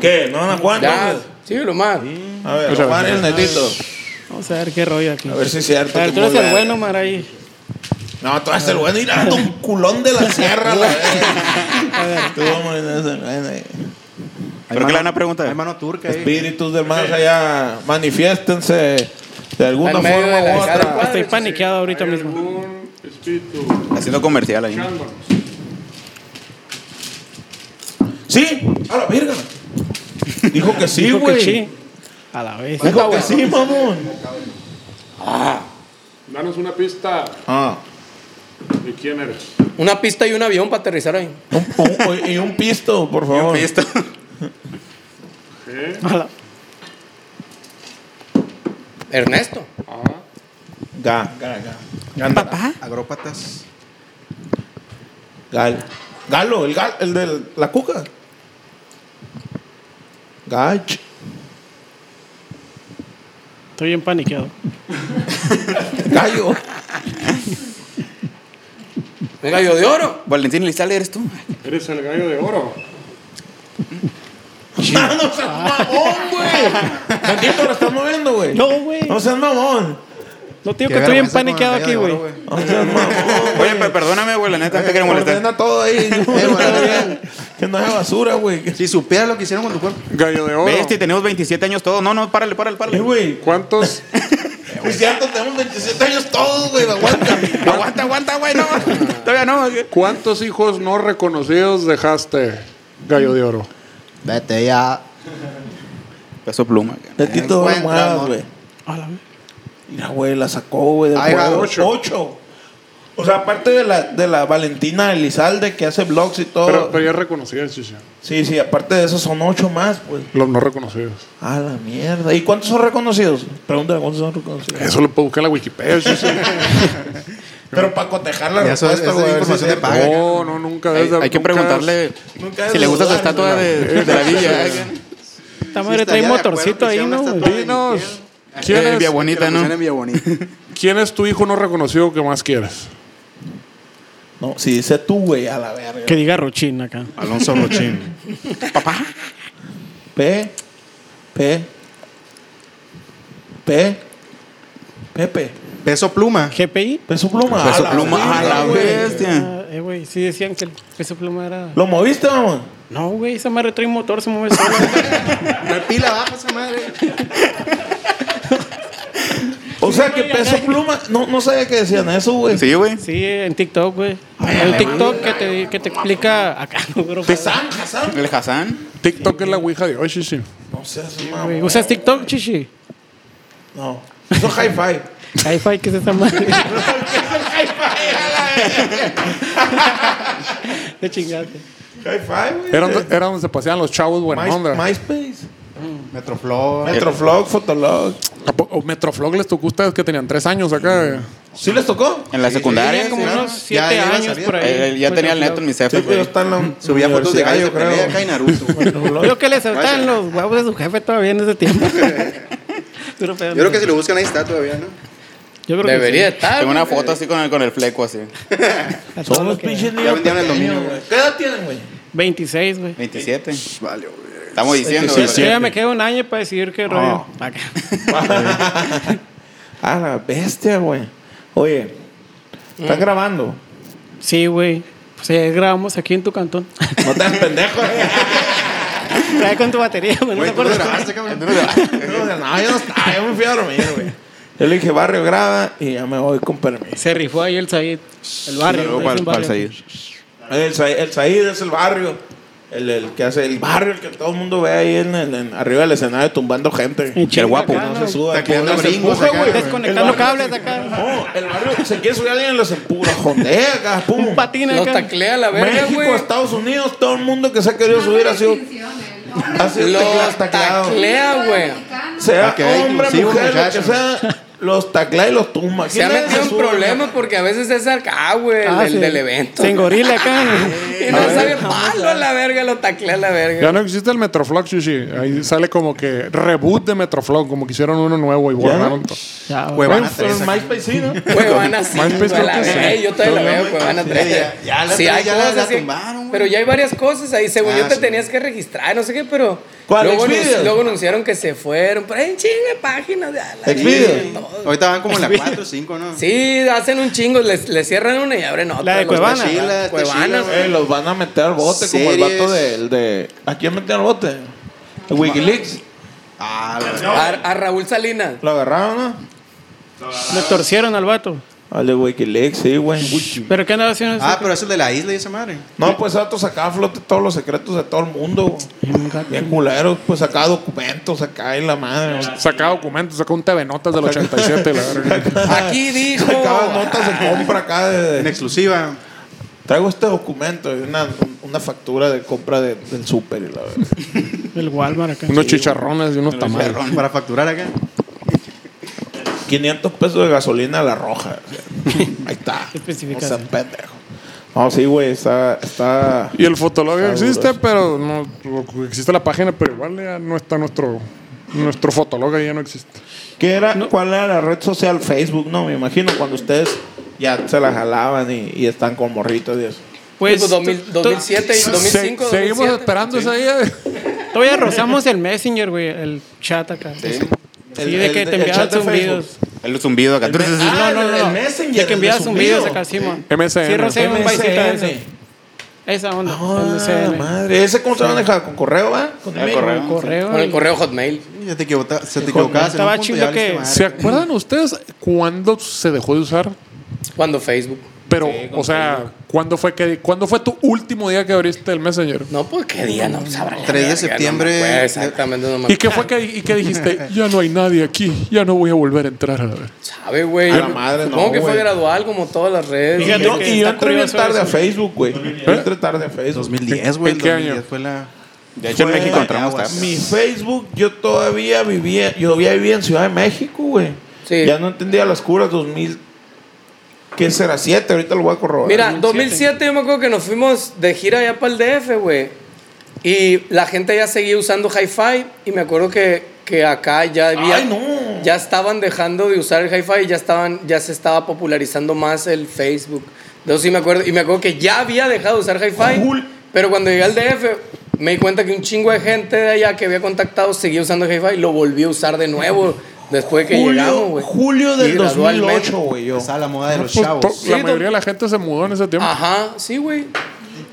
B: ¿Qué? ¿No van a jugar
C: Ya,
B: entonces?
C: sí, lo más.
B: A ver,
A: O sea,
B: Juan el netito.
E: Vamos a ver qué rollo aquí.
B: A ver si es cierto.
E: A ver,
B: que
E: tú eres
B: muy
E: el
B: verga.
E: bueno, Maraí.
B: No, tú eres el bueno. Mira, ando un culón de la sierra. la verga. Tú, hombre, eres el bueno.
G: Hay
F: ¿Pero qué
G: mano-
F: le van a preguntar?
G: Hay mano turca ahí.
B: Espíritus del más allá, manifiéstense de alguna
C: Al medio
B: forma
C: de la
B: u
C: cara.
B: otra.
E: Estoy paniqueado ahorita mismo.
F: Haciendo comercial ahí.
B: Sí, a la verga. Dijo que sí,
E: Dijo que
B: güey.
E: sí. A la vez.
B: Dijo que sí, mamón.
H: Danos una pista
B: Ah.
H: de quién eres.
C: Una pista y un avión para aterrizar ahí.
B: Un- un- y un pisto, por favor.
F: Listo.
E: A la-
C: Ernesto.
B: Ga. Ga, ga. Gándara.
G: Agrópatas.
B: Gal. Galo, el, gal, el de la cuca. Gach.
E: Estoy bien paniqueado.
B: Gallo.
C: El gallo de oro.
F: Valentín Lizalde eres tú.
H: Eres el gallo de oro.
B: Ah, no, no seas mamón, güey. Tantito lo estás moviendo, güey.
E: No, güey.
B: No seas mamón.
E: No, tío, que estoy bien paniqueado aquí, güey.
B: No seas mamón.
F: Oye, pero perdóname, güey, la neta te quiero molestar.
B: Ordena todo ahí. eh,
G: bueno.
B: que no haya basura, güey.
G: Si supiera lo que hicieron con tu cuerpo.
A: Gallo de oro.
F: Bestia, tenemos 27 años todos. No, no, párale, párale,
B: Eh,
F: párale.
B: güey.
A: ¿Cuántos?
B: Es cierto, tenemos 27 años todos, güey. Aguanta.
F: Aguanta, aguanta, güey, no. Todavía no. güey.
A: ¿Cuántos hijos no reconocidos dejaste, Gallo de Oro?
G: Vete ya.
F: Peso pluma.
B: Tantito
D: Encuentra,
B: más,
D: ¿no?
B: güey. Mira, güey, la sacó, güey, del
D: Ahí va,
B: juego.
D: ocho.
B: Ocho. O sea, aparte de la, de la Valentina Elizalde que hace blogs y todo.
H: Pero, pero ya reconocida, chicha.
B: sí, sí, aparte de eso son ocho más, pues.
H: Los no reconocidos.
B: A la mierda. ¿Y cuántos son reconocidos? Pregúntale cuántos son reconocidos.
H: Eso lo puedo buscar en la Wikipedia, chicha.
B: Pero para cotejar la
D: Ya eso-
B: respuesta,
D: esa
B: güey. Oh. a ver si
D: información
B: es
D: de
B: cierto.
D: paga.
A: No, no, nunca
F: Hay,
A: debes de-
F: hay que
A: nunca-
F: preguntarle
B: Nunca
F: si le gusta su
B: dudar,
F: estatua
B: ¿no?
F: de, de la villa.
E: Esta madre trae un motorcito ahí, ¿no? güey?
A: Dinos, ¿quién
F: ¿Quién
A: es-
F: Eh, Villa Bonita, ¿no?
D: Vía bonita.
A: ¿Quién es tu hijo no reconocido que más quieres?
B: No, si dice tú, güey, a la verga.
E: Que diga Rochín acá.
D: Ah.
G: Alonso Rochín.
B: P. P. P. Pepe.
D: Peso pluma.
E: GPI.
B: Peso pluma. A
F: Peso
B: la
F: pluma. A
B: verga,
F: la
B: Ah, güey.
F: bestia.
E: Ah, eh, güey, sí decían que el peso pluma era.
B: ¿Lo moviste, mamá?
E: No, güey, esa madre trae un motor, se mueve solo.
D: Pila baja esa madre.
B: O sea que peso pluma. No, no sabía que decían eso, güey.
F: Sí, güey.
E: sí, en TikTok, güey. El TikTok que te, que te explica acá, no, bro.
B: Sam, Hassan.
F: El Hassan.
A: TikTok es la ouija de hoy, sí, sí.
B: No seas mamá.
E: Güey, ¿Usas TikTok, chichi?
B: No. Eso es hi-fi.
E: Hi-Fi, ¿qué es esa madre? Te chingaste.
B: Hi-fi, güey.
A: Era donde, era donde se paseaban los chavos buena
B: My-
A: onda.
B: MySpace.
D: Metroflor.
B: Metroflog, Fotolog.
A: ¿A po- o Metroflog les tocó a ustedes que tenían tres años acá.
B: ¿Sí les tocó?
F: En la secundaria.
E: Tenía como
D: claro.
E: unos siete
D: Ya, ya iba
E: años
D: saliendo.
E: por ahí.
F: Eh, ya tenía el neto en mi
B: Sí,
F: cefa,
B: pero
F: güey.
B: está en la
D: Subía fotos de gallos de
B: universidad,
D: pelea acá y Naruto. güey. Yo
B: Fotolog.
E: Creo que le saltaban los huevos de su jefe todavía en ese tiempo. Yo
D: creo que si lo buscan ahí está todavía, ¿no?
E: Yo creo que
C: Debería
E: sí.
C: estar.
F: Tengo una
C: güey.
F: foto así con el, con el fleco así.
E: A todo
B: Son
E: lo
B: los
E: que da.
B: pinches niños.
D: Ya vendían el
B: pequeños,
D: dominio,
B: güey. ¿Qué edad tienen, güey?
E: 26, güey.
F: 27.
D: Vale, güey.
F: Estamos diciendo, güey.
E: Yo ya me quedo un año para decidir qué rollo. Ah, Acá.
B: A la bestia, güey. Oye, ¿están grabando?
E: Sí, güey. Pues ya grabamos aquí en tu cantón.
B: No te hagas pendejo.
E: Trae con tu batería, güey. No te
D: Güey, tú lo
E: acuerdas.
D: grabaste, cabrón.
B: No, no, yo no estaba, yo me fui a dormir, güey. Yo le dije, barrio, graba y ya me voy con permiso.
E: Se rifó ahí el Said. El
F: Y
E: barrio.
F: luego
E: le dicen
F: para- para
E: barrio.
F: salir.
B: El, Sa- el Said es el barrio. El, el que hace el barrio, el que todo el mundo ve ahí en, en- en- arriba del escenario tumbando gente.
E: En Chihuahua,
F: guapo.
E: acá,
B: No
E: ¿no?
B: se suba.
D: Tacleando
B: no se
D: gringos
B: empuja,
G: Pues
D: acá,
B: güey.
D: güey.
B: El
E: Desconectando
B: barrio-
E: cables acá.
B: No, el barrio se quiere subir alguien y los empuja. Jondea acá, pum.
E: Un patín
C: Los
E: acá.
C: taclea a la verga,
B: México,
C: güey.
B: Estados Unidos, todo el mundo que se ha querido subir ha sido, ha sido
C: Los
B: tecla- tacleado.
C: taclea, güey.
B: Sea
D: Para que vea
B: hombre,
D: inclusivo,
B: mujer, lo que
D: muchacho.
B: sea, los taclea y los tumba. Aquí
C: Se ha
B: nadie
C: metido en
B: sube,
C: problemas porque a veces es acá, güey, el,
E: Ah,
C: el
E: sí.
C: del evento.
E: Se engorila acá.
C: Y no sabe palo a la verga, lo taclea a la verga.
A: Ya no existe el Metroflog, sí, sí. Ahí sale como que reboot de Metroflog, como que hicieron uno nuevo y borraron todo.
E: Ya, güey.
D: Huevana
B: Pero en
D: tres. acá.
B: MySpace sí, ¿no?
C: Güey, van así,
A: MySpace
C: güey, a la
A: creo que sí.
C: verga. Ey, Yo todavía la veo, güey, van a traer.
D: ya- ya la
C: Sí, hay
D: ya la-
C: cosas
D: la
C: así.
D: tumbaron, güey.
C: Pero ya hay varias cosas ahí. Según
D: Ah,
C: yo te
D: sí.
C: tenías que registrar, no sé qué, pero.
B: ¿Cuál,
C: Luego,
B: Xvideos?
C: anunci- luego anunciaron que se fueron. Pero hay un chingo de páginas. de a la
B: Xvideos.
C: verga, todo.
D: Ahorita van como en la 4 o 5, ¿no?
C: Sí, hacen un chingo, les, les cierran una y abren otra.
E: La de
C: los
E: Cuevana.
C: tachila,
D: Tachila,
C: Cuevana,
D: tachila,
C: güey.
B: Eh, los van a meter al bote como el
D: Series.
B: vato del de. ¿A quién metieron al bote? El Wikileaks.
D: Ah, la verdad.
C: A, a Raúl Salinas.
B: Lo agarraron,
E: Le torcieron al vato.
B: ¿no? Al de Wikileaks, sí, güey.
E: ¿Pero qué andaba haciendo?
D: Ah, pero eso es de la isla y esa madre.
B: No, pues Sato sacaba a flote todos los secretos de todo el mundo, güey. Bien culero, pues sacaba documentos, sacaba y la madre, güey.
A: Saca documentos, saca un TV Notas del 87. la verga.
B: Ah,
C: Aquí dijo.
B: Sacaba notas de compra acá de-
D: En
B: de
D: exclusiva.
B: Traigo este documento, y una, una factura de compra de- del súper y la verdad.
E: El Walmart acá.
A: unos chicharrones y unos tamales.
D: Perrón, Para facturar acá.
B: 500 pesos de gasolina a la roja. o sea, Ahí está. No
E: Especificación.
B: seas pendejo. No, sí, güey, está, está...
A: Y el Fotolog
B: Está
A: existe,
B: duro.
A: pero no existe la página, pero igual ya no está nuestro nuestro Fotolog ahí ya no existe.
B: ¿Qué era, ¿Cuál era la red social? Facebook, no, me imagino, cuando ustedes ya se la jalaban y, y están con morritos y eso.
C: Pues,
E: Pues,
C: 2000, 2007 y 2005.
A: Se- seguimos
C: 2007.
A: esperando esa idea.
E: Todavía rozamos el Messenger, güey. El chat acá. Sí.
B: El-
E: de
B: el-
E: que te
B: el
E: enviaban
B: chat de
E: zumbidos.
F: El zumbido acá.
B: Ah,
E: No, no, no.
B: el Messenger,
E: De que
B: el
E: enviabas
B: de
E: zumbidos
B: zumbido.
E: acá, sí, mo.
A: MSN.
E: Sí, rozé un paisito de
B: MSN.
E: eso. Esa onda.
B: Ah,
E: MSN.
B: madre. ¿Ese cómo se maneja? ¿Con correo, va? ¿Con email?
F: correo.
E: Correo.
C: Con el correo Hotmail.
D: Ya te equivoca- se te equivocabas. en un
E: Estaba
D: punto y
E: chido
D: ya valiste
E: que-
D: madre.
A: ¿Se acuerdan ustedes cuándo se dejó de usar?
C: Cuando Facebook.
A: Pero, o sea, ¿Cuándo fue, que, ¿Cuándo fue tu último día que abriste el Messenger?
C: No, pues qué día, no sabrá. la
D: 3 de
C: verga,
D: septiembre.
C: no me
B: eh,
C: acuerdo exactamente, no me
A: ¿Y qué fue que, y qué dijiste? Ya no hay nadie aquí, ya no voy a volver a entrar a la vez.
C: Sabe, güey.
B: A la madre, no,
C: Supongo que fue
B: güey.
C: gradual como todas las redes.
B: Y yo,
E: que
B: y yo
E: está
B: entré bien
E: curioso
B: tarde a
E: eso.
B: Facebook, güey. Yo
E: ¿Eh?
B: entré tarde a Facebook.
D: 2010, güey.
A: ¿En qué
D: 2010
A: año?
D: Fue la...
F: De hecho, en
B: Fue-
F: México entramos
D: aguas.
F: tarde.
B: Mi Facebook, yo todavía vivía, yo todavía vivía en Ciudad de México, güey.
C: Sí.
B: Ya no entendía las curas 2000. ¿Qué será? 7, ahorita lo voy a corroborar.
C: Mira, 2007 yo me acuerdo que nos fuimos de gira allá para el DF, güey. Y la gente ya seguía usando hi-fi. Y me acuerdo que, que acá ya había.
B: Ay, no.
C: Ya estaban dejando de usar el hi-fi y ya, estaban, ya se estaba popularizando más el Facebook. Yo sí me acuerdo. Y me acuerdo que ya había dejado de usar hi-fi.
B: Cool.
C: Pero cuando llegué al DF, me di cuenta que un chingo de gente de allá que había contactado seguía usando hi-fi y lo volvió a usar de nuevo después que llegamos,
B: julio,
C: güey.
B: julio
C: Y
B: del
C: gradualmente-
B: 2008, güey. Yo.
D: Estaba la moda de los
A: Pues, to-
D: chavos.
A: la
C: Sí,
A: mayoría de la gente se mudó en ese tiempo.
C: Ajá, sí, güey.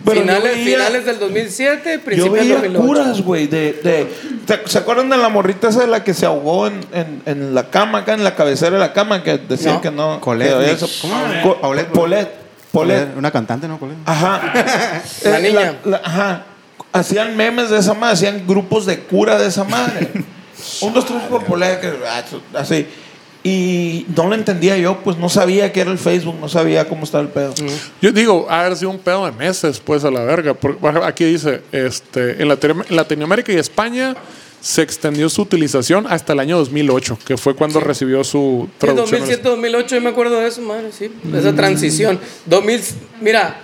B: Pero yo
C: Finales,
B: veía-
C: finales del 2007,
B: Yo
C: principios del
B: veía
C: 2008.
B: curas, güey. De, de, ¿se- ¿Se acuerdan de la morrita esa de la que se ahogó en, en, en la cama, acá en la cabecera de la cama? Que decían
C: No.
B: que no.
D: Colette,
B: que había
D: Nick. ¿Cómo?
B: Co-
D: Paulette,
B: Paulette.
D: güey.
B: Paulette.
D: Una cantante, ¿no? ¿Cuál es?
B: Ah, Ajá.
C: La
B: Eh,
C: niña.
B: la- ajá. Hacían memes de esa madre, hacían grupos de cura de esa madre. Un, dos, tres, por Paulette, que- ah, así. Y no lo entendía yo, pues no sabía qué era el Facebook, no sabía cómo estaba el pedo.
A: Yo digo, ha de haber sido un pedo de meses, pues, a la verga. Porque baja- aquí dice, este, en Latino- en Latinoamérica y España se extendió su utilización hasta el año 2008, que fue cuando recibió su
C: Sí,
A: traducción.
C: 2007, 2008, yo me acuerdo de eso, madre, sí. de Esa transición. 2000, mira,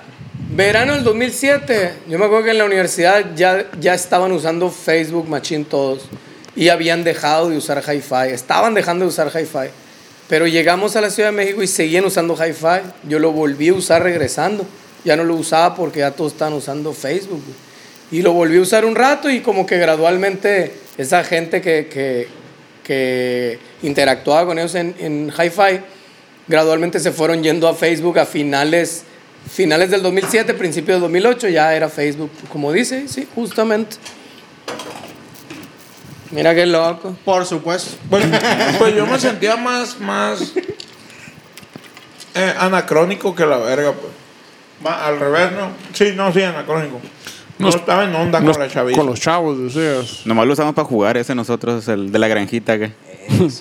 C: verano del 2007, yo me acuerdo que en la universidad ya, ya estaban usando Facebook, Machine, todos. Y habían dejado de usar Hi-Fi. Estaban dejando de usar Hi-Fi. Pero llegamos a la Ciudad de México y seguían usando Hi-Fi. Yo lo volví a usar regresando. Ya no lo usaba porque ya todos estaban usando Facebook. güey. Y lo volví a usar un rato y como que gradualmente esa gente que, que, que interactuaba con ellos en, en Hi-Fi, gradualmente se fueron yendo a Facebook a finales, finales del 2007, principios del 2008, ya era Facebook, como dice, sí, justamente. Mira qué loco.
D: Por supuesto.
B: Pues, pues yo me sentía más, más eh, anacrónico que la verga, pues. Ma- al revés, ¿no? Sí, no, sí, anacrónico. No, estaba en onda
A: Los-
B: con la chaviza.
A: con los chavos, decías.
F: Nomás lo usamos para jugar ese nosotros, el de la granjita. que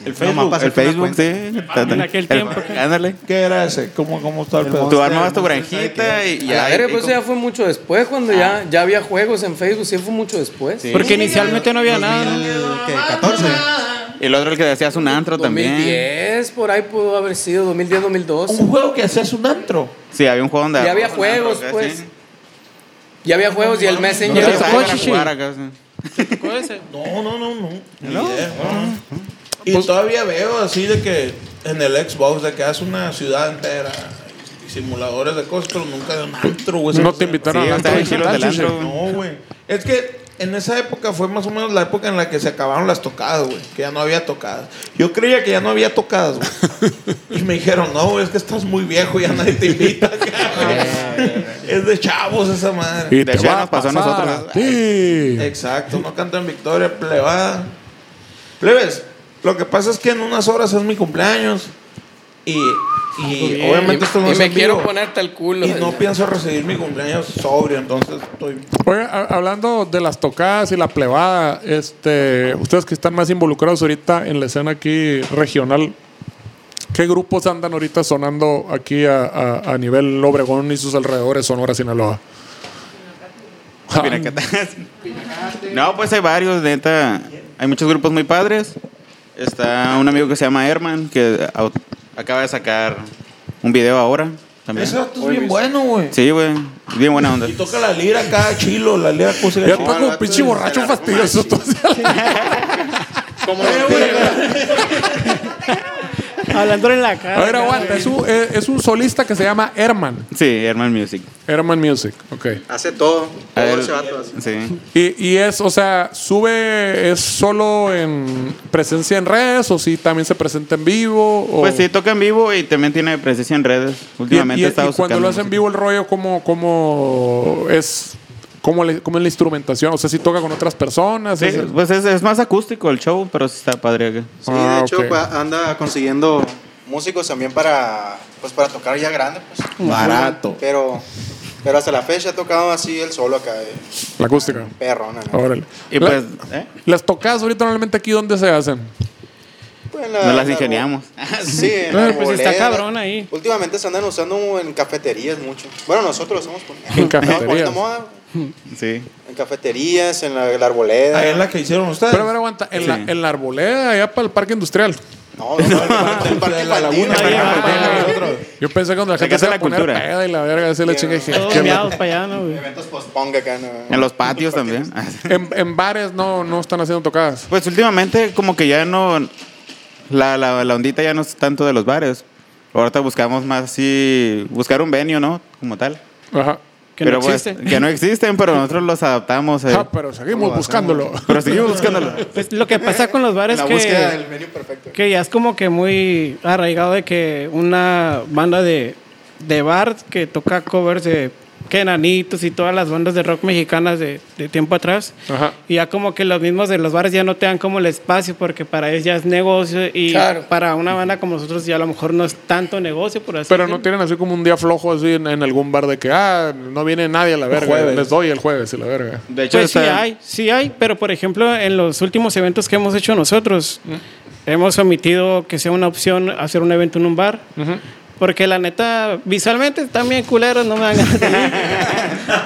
D: El
B: Facebook,
F: El Facebook, sí. En
E: Ah, aquel tiempo, ¿qué?
F: Ándale.
B: ¿Qué era ese? ¿Cómo, cómo estaba el, pedo?
F: Tú armabas tu granjita y
C: Y
F: ya. y- Ah.
C: pues eso ya fue mucho después, cuando ya, ya había juegos en Facebook, sí fue mucho después.
E: Porque inicialmente no había nada.
D: 2014.
F: y el otro, el que decías un antro también.
C: 2010, por ahí pudo haber sido, 2010, 2012.
B: Un juego que hacías un antro.
F: Sí, había un juego donde.
C: Ya había
F: un antro,
C: juegos,
F: acá,
C: pues.
F: sí.
C: Ya había juegos y el Messenger.
F: Entonces,
E: tocó,
F: ahí para
E: chichi?
F: jugar acá, sí.
E: ¿Tocó ese?
B: No, no, no, no. Ni idea, no. Y
A: Pues-
B: todavía veo así de que en el Xbox de que hace una ciudad entera y simuladores de cosas, pero nunca de un antro, güey.
A: No te invitaron
F: Sí,
A: a
F: estaba en Chilo del
A: digital,
F: antro.
B: No, güey. Es que en esa época fue más o menos la época en la que se acabaron las tocadas, güey. Que ya no había tocadas. Yo creía que ya no había tocadas, güey. y me dijeron, no, güey, es que estás muy viejo, ya nadie te invita. es de chavos esa madre.
A: Y
F: De
A: te va
F: hecho, ya
A: a eh.
F: nos pasó a
A: pasar
F: nosotros.
A: a ti.
B: Exacto, no cantan victoria, plebada. Plebes, lo que pasa es que en unas horas es mi cumpleaños. Y, y obviamente esto no
C: y
B: es
C: me
B: en
C: quiero
B: vivo.
C: ponerte el culo.
B: Y no pienso recibir mi cumpleaños sobrio, entonces estoy
A: Oye, a- hablando de las tocadas y la plebada, este, ustedes que están más involucrados ahorita en la escena aquí regional, ¿qué grupos andan ahorita sonando aquí a, a- a nivel Obregón y sus alrededores, Sonora, Sinaloa? Ja,
F: Pinacatas. No, pues hay varios, neta. Hay muchos grupos muy padres. Está un amigo que se llama Herman, que au- acaba de sacar un video ahora. También.
B: Ese vato es bien bueno, güey.
F: Sí, güey. Bien buena onda.
B: Y toca la lira acá, chilo, la lira acústica.
A: Ya
B: chilo.
A: tengo un pinche borracho fastidioso. entonces.
E: Hablando en la cara.
A: a ver, aguanta. Es un, eh, es un solista que se llama Herman.
F: Sí, Herman Music.
A: Herman Music, ok.
G: Hace todo.
F: A
G: Todo
F: ver,
G: ese vato así.
F: Sí.
A: Y, y es, o sea, sube, es solo en presencia en redes o si también se presenta en vivo. O...
F: Pues sí, toca en vivo y también tiene presencia en redes.
A: Y,
F: Últimamente
A: y-
F: ha
A: y
F: estado
A: cuando
F: sacando
A: lo hacen en
F: música.
A: vivo el rollo, ¿cómo, cómo es cómo, le- cómo es la instrumentación? O sea, si toca con otras personas.
F: Sí,
A: es-
F: pues es, es más acústico el show, pero sí está padre. acá.
D: Sí,
A: Ah,
D: de hecho,
A: ok.
D: pues, anda consiguiendo músicos también para, pues, para tocar ya grande, pues.
B: Barato.
D: Pero
G: Pero hasta la fecha ha tocado así el solo acá, de
A: La acústica.
G: perrona. ¿no?
A: Órale.
F: Y
A: La-
F: pues, ¿eh?
A: las tocadas ahorita normalmente aquí, ¿dónde se hacen?
G: Pues en
F: Nos las
G: en
F: ingeniamos.
G: Sí, en
E: No,
G: la
E: pues está
G: arboleda.
E: cabrón ahí.
G: Últimamente se andan usando en cafeterías mucho. Bueno, nosotros lo hacemos por-
A: En
G: estamos poniendo
A: cafeterías.
G: moda.
F: Sí.
G: En cafeterías, en la, la arboleda.
B: Ahí es la que hicieron ustedes.
A: Pero a ver, aguanta. En, la,
F: Sí.
A: en la arboleda, allá para el parque industrial.
G: No, no, no, el parque
B: de la
G: infantil,
B: laguna.
G: el parque
E: Ah,
G: infantil.
E: ah,
A: Yo pensé que cuando la gente
F: Acá
A: se
F: está
A: iba a
F: la
A: poner
F: cultura.
A: peda y la verga, así la chinga. dije,
E: Todos
A: ¿qué onda?
E: miados para allá, ¿no, güey?
G: Eventos posponga acá, ¿no?
F: En los patios también.
A: En, en bares no, no están haciendo tocadas.
F: Pues últimamente como que ya no... La, la, la ondita ya no es tanto de los bares. Ahorita buscamos más así... Buscar un venio, ¿no? Como tal.
A: Ajá.
E: Que
F: pero
E: no
F: pues,
E: existe.
F: que no existen, pero nosotros los adaptamos. eh.
A: Ah, pero seguimos buscándolo.
F: Pero seguimos buscándolo.
E: Pues lo que pasa con los bares
G: La
E: que...
G: búsqueda del menú perfecto.
E: Que ya es como que muy arraigado de que una banda de, de bar que toca covers de Kenanitos y todas las bandas de rock mexicanas de, de tiempo atrás.
A: Ajá.
E: Y ya como que los mismos de los bares ya no te dan como el espacio porque para ellos ya es negocio y
C: Claro.
E: para una banda como nosotros ya a lo mejor no es tanto negocio, por así
A: Pero no
E: decirlo.
A: tienen así como un día flojo así en, en algún bar de que, ah, no viene nadie a la verga.
B: jueves.
A: Les doy el jueves y la verga.
F: De hecho,
E: Pues sí
F: está-
E: hay, sí hay, pero por ejemplo en los últimos eventos que hemos hecho nosotros, hemos omitido que sea una opción hacer un evento en un bar, porque la neta, visualmente están bien culeros, no me dan ganas de ir,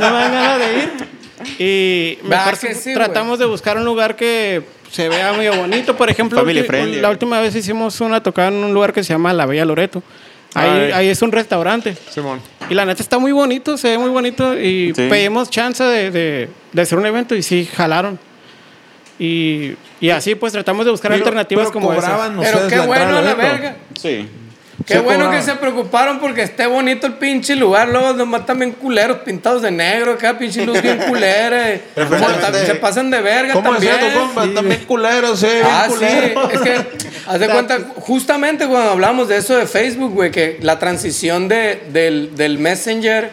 E: no me dan ganas de ir. Y
C: Va
E: mejor
C: que sí,
E: tratamos de buscar un lugar que se vea muy bonito. Por ejemplo,
F: Family
E: ulti-
F: friendly.
E: la última vez hicimos una tocada en un lugar que se llama La Bella Loreto.
A: Ay.
E: Ahí, ahí es un restaurante.
A: Simón.
E: Y la neta está muy bonito, se ve muy bonito. Y
F: Sí.
E: pedimos chance de, de- de hacer un evento y sí, jalaron. Y, y así pues tratamos de buscar
B: Pero-
E: alternativas
B: pero
E: como
B: cobraban
C: Pero
B: ustedes
C: qué
B: la
C: bueno,
B: entrada,
C: la
B: ¿verdad?
C: verga.
F: Sí.
C: Qué
B: Sí
C: bueno que
B: cobraban.
C: se preocuparon porque esté bonito el pinche lugar. Luego nomás también culeros pintados de negro. Acá pinche luz bien culera. y-
B: Pero
C: Como
B: fíjate,
C: tam- se pasan de verga
B: ¿Cómo
C: también.
B: decía tu compa? También culeros, sí, bien
C: Ah, sí,
B: culeros.
C: es que haz de cuenta, justamente cuando hablamos de eso de Facebook, güey, que la transición de, del, del Messenger,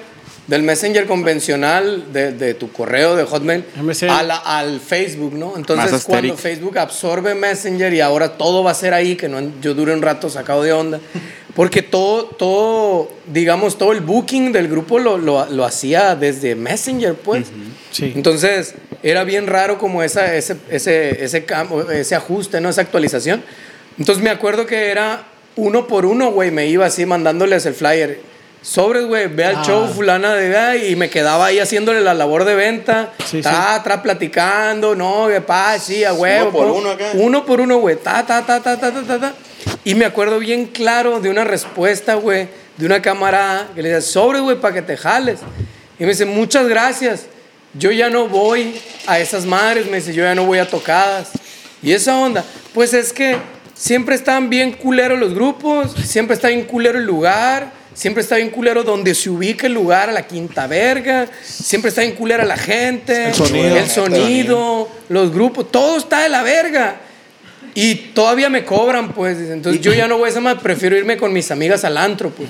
C: del Messenger convencional, de, de tu correo, de Hotmail,
E: MSN.
C: a la- al Facebook, ¿no? Entonces,
F: Más
C: cuando
F: asterix.
C: Facebook absorbe Messenger y ahora todo va a ser ahí, que no, yo dure un rato sacado de onda, porque todo, todo digamos, todo el booking del grupo lo, lo, lo hacía desde Messenger, pues.
E: Sí.
C: Entonces, era bien raro como esa, ese, ese, ese, cam- ese ajuste, ¿no? Esa actualización. Entonces, me acuerdo que era uno por uno, güey. Me iba así mandándoles el flyer. Sobres, güey, ve al show fulana de edad y me quedaba ahí haciéndole la labor de venta.
E: Sí,
C: ta, tra, platicando, no, que pa, sí, a huevo.
G: por
C: po.
G: uno acá.
C: Uno por uno, güey. Ta, ta, ta, ta, ta, ta, ta, ta. Y me acuerdo bien claro de una respuesta, güey, de una camarada que le decía, sobre, güey, para que te jales. Y me dice, muchas gracias. Yo ya no voy a esas madres, me dice, yo ya no voy a tocadas. Y esa onda, pues es que siempre están bien culeros los grupos, siempre está bien culero el lugar, siempre está bien culero donde se ubica el lugar, a la quinta verga, siempre está bien culera la gente, el
B: sonido.
C: el sonido los grupos, todo está de la verga. Y todavía me cobran, pues. dice, Entonces yo ya no voy a esa más, prefiero irme con mis amigas al antro, pues.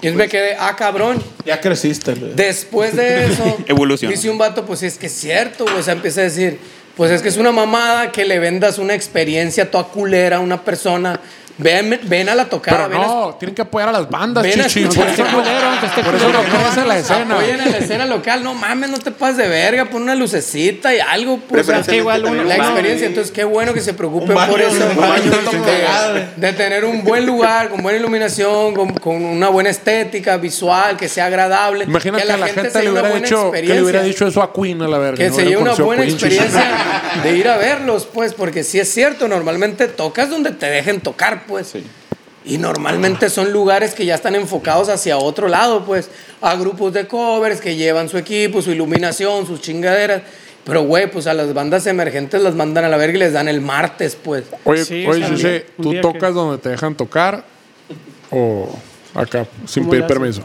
C: Y entonces me quedé, ah, cabrón.
B: Ya creciste. güey.
C: Después de eso,
F: Evoluciona.
C: dice un vato, pues es que es cierto, güey. O sea, empieza a decir, pues es que es una mamada que le vendas una experiencia toda culera a una persona. Ven, ven a la tocada,
A: Pero
C: ven a-
A: no, tienen que apoyar a las bandas,
C: Ven a
A: chichi.
C: escuchar.
A: Por eso no, por eso no crece la escena.
C: Apoyen a la escena local, no mames, no te pases de verga, pon una lucecita y algo, pues.
G: Preferentemente
C: o sea, que igual
G: también
C: uno- la
G: un
C: experiencia,
G: baño.
C: entonces qué bueno que se preocupen
B: Un baño,
C: por eso,
B: un baño,
C: de-
B: una cagada.
C: de tener un buen lugar, con buena iluminación, con, con una buena estética visual, que sea agradable.
A: Imagínate
C: que
A: a la gente,
C: se
A: le
C: lleve una
A: hubiera
C: buena
A: dicho que le hubiera
C: experiencia.
A: dicho eso a Queen a la verga.
C: Que
A: ¿no?
C: se
A: Le
C: lleve una
A: conoció
C: buena
A: Queen, chichi.
C: experiencia de ir a verlos, pues, porque si es cierto, normalmente tocas donde te dejen tocar, pues. Y normalmente son lugares que ya están enfocados hacia otro lado, pues, a grupos de covers que llevan su equipo, su iluminación, sus chingaderas. Pero, güey, pues a las bandas emergentes las mandan a la verga y les dan el martes, pues.
A: Oye,
E: Sí,
A: oye,
E: o sea,
A: Chichi,
E: un
A: ¿tú
E: día
A: tocas
E: que-
A: donde te dejan tocar o acá, sin
E: ¿Cómo
A: pedir
E: le hacen?
A: permiso?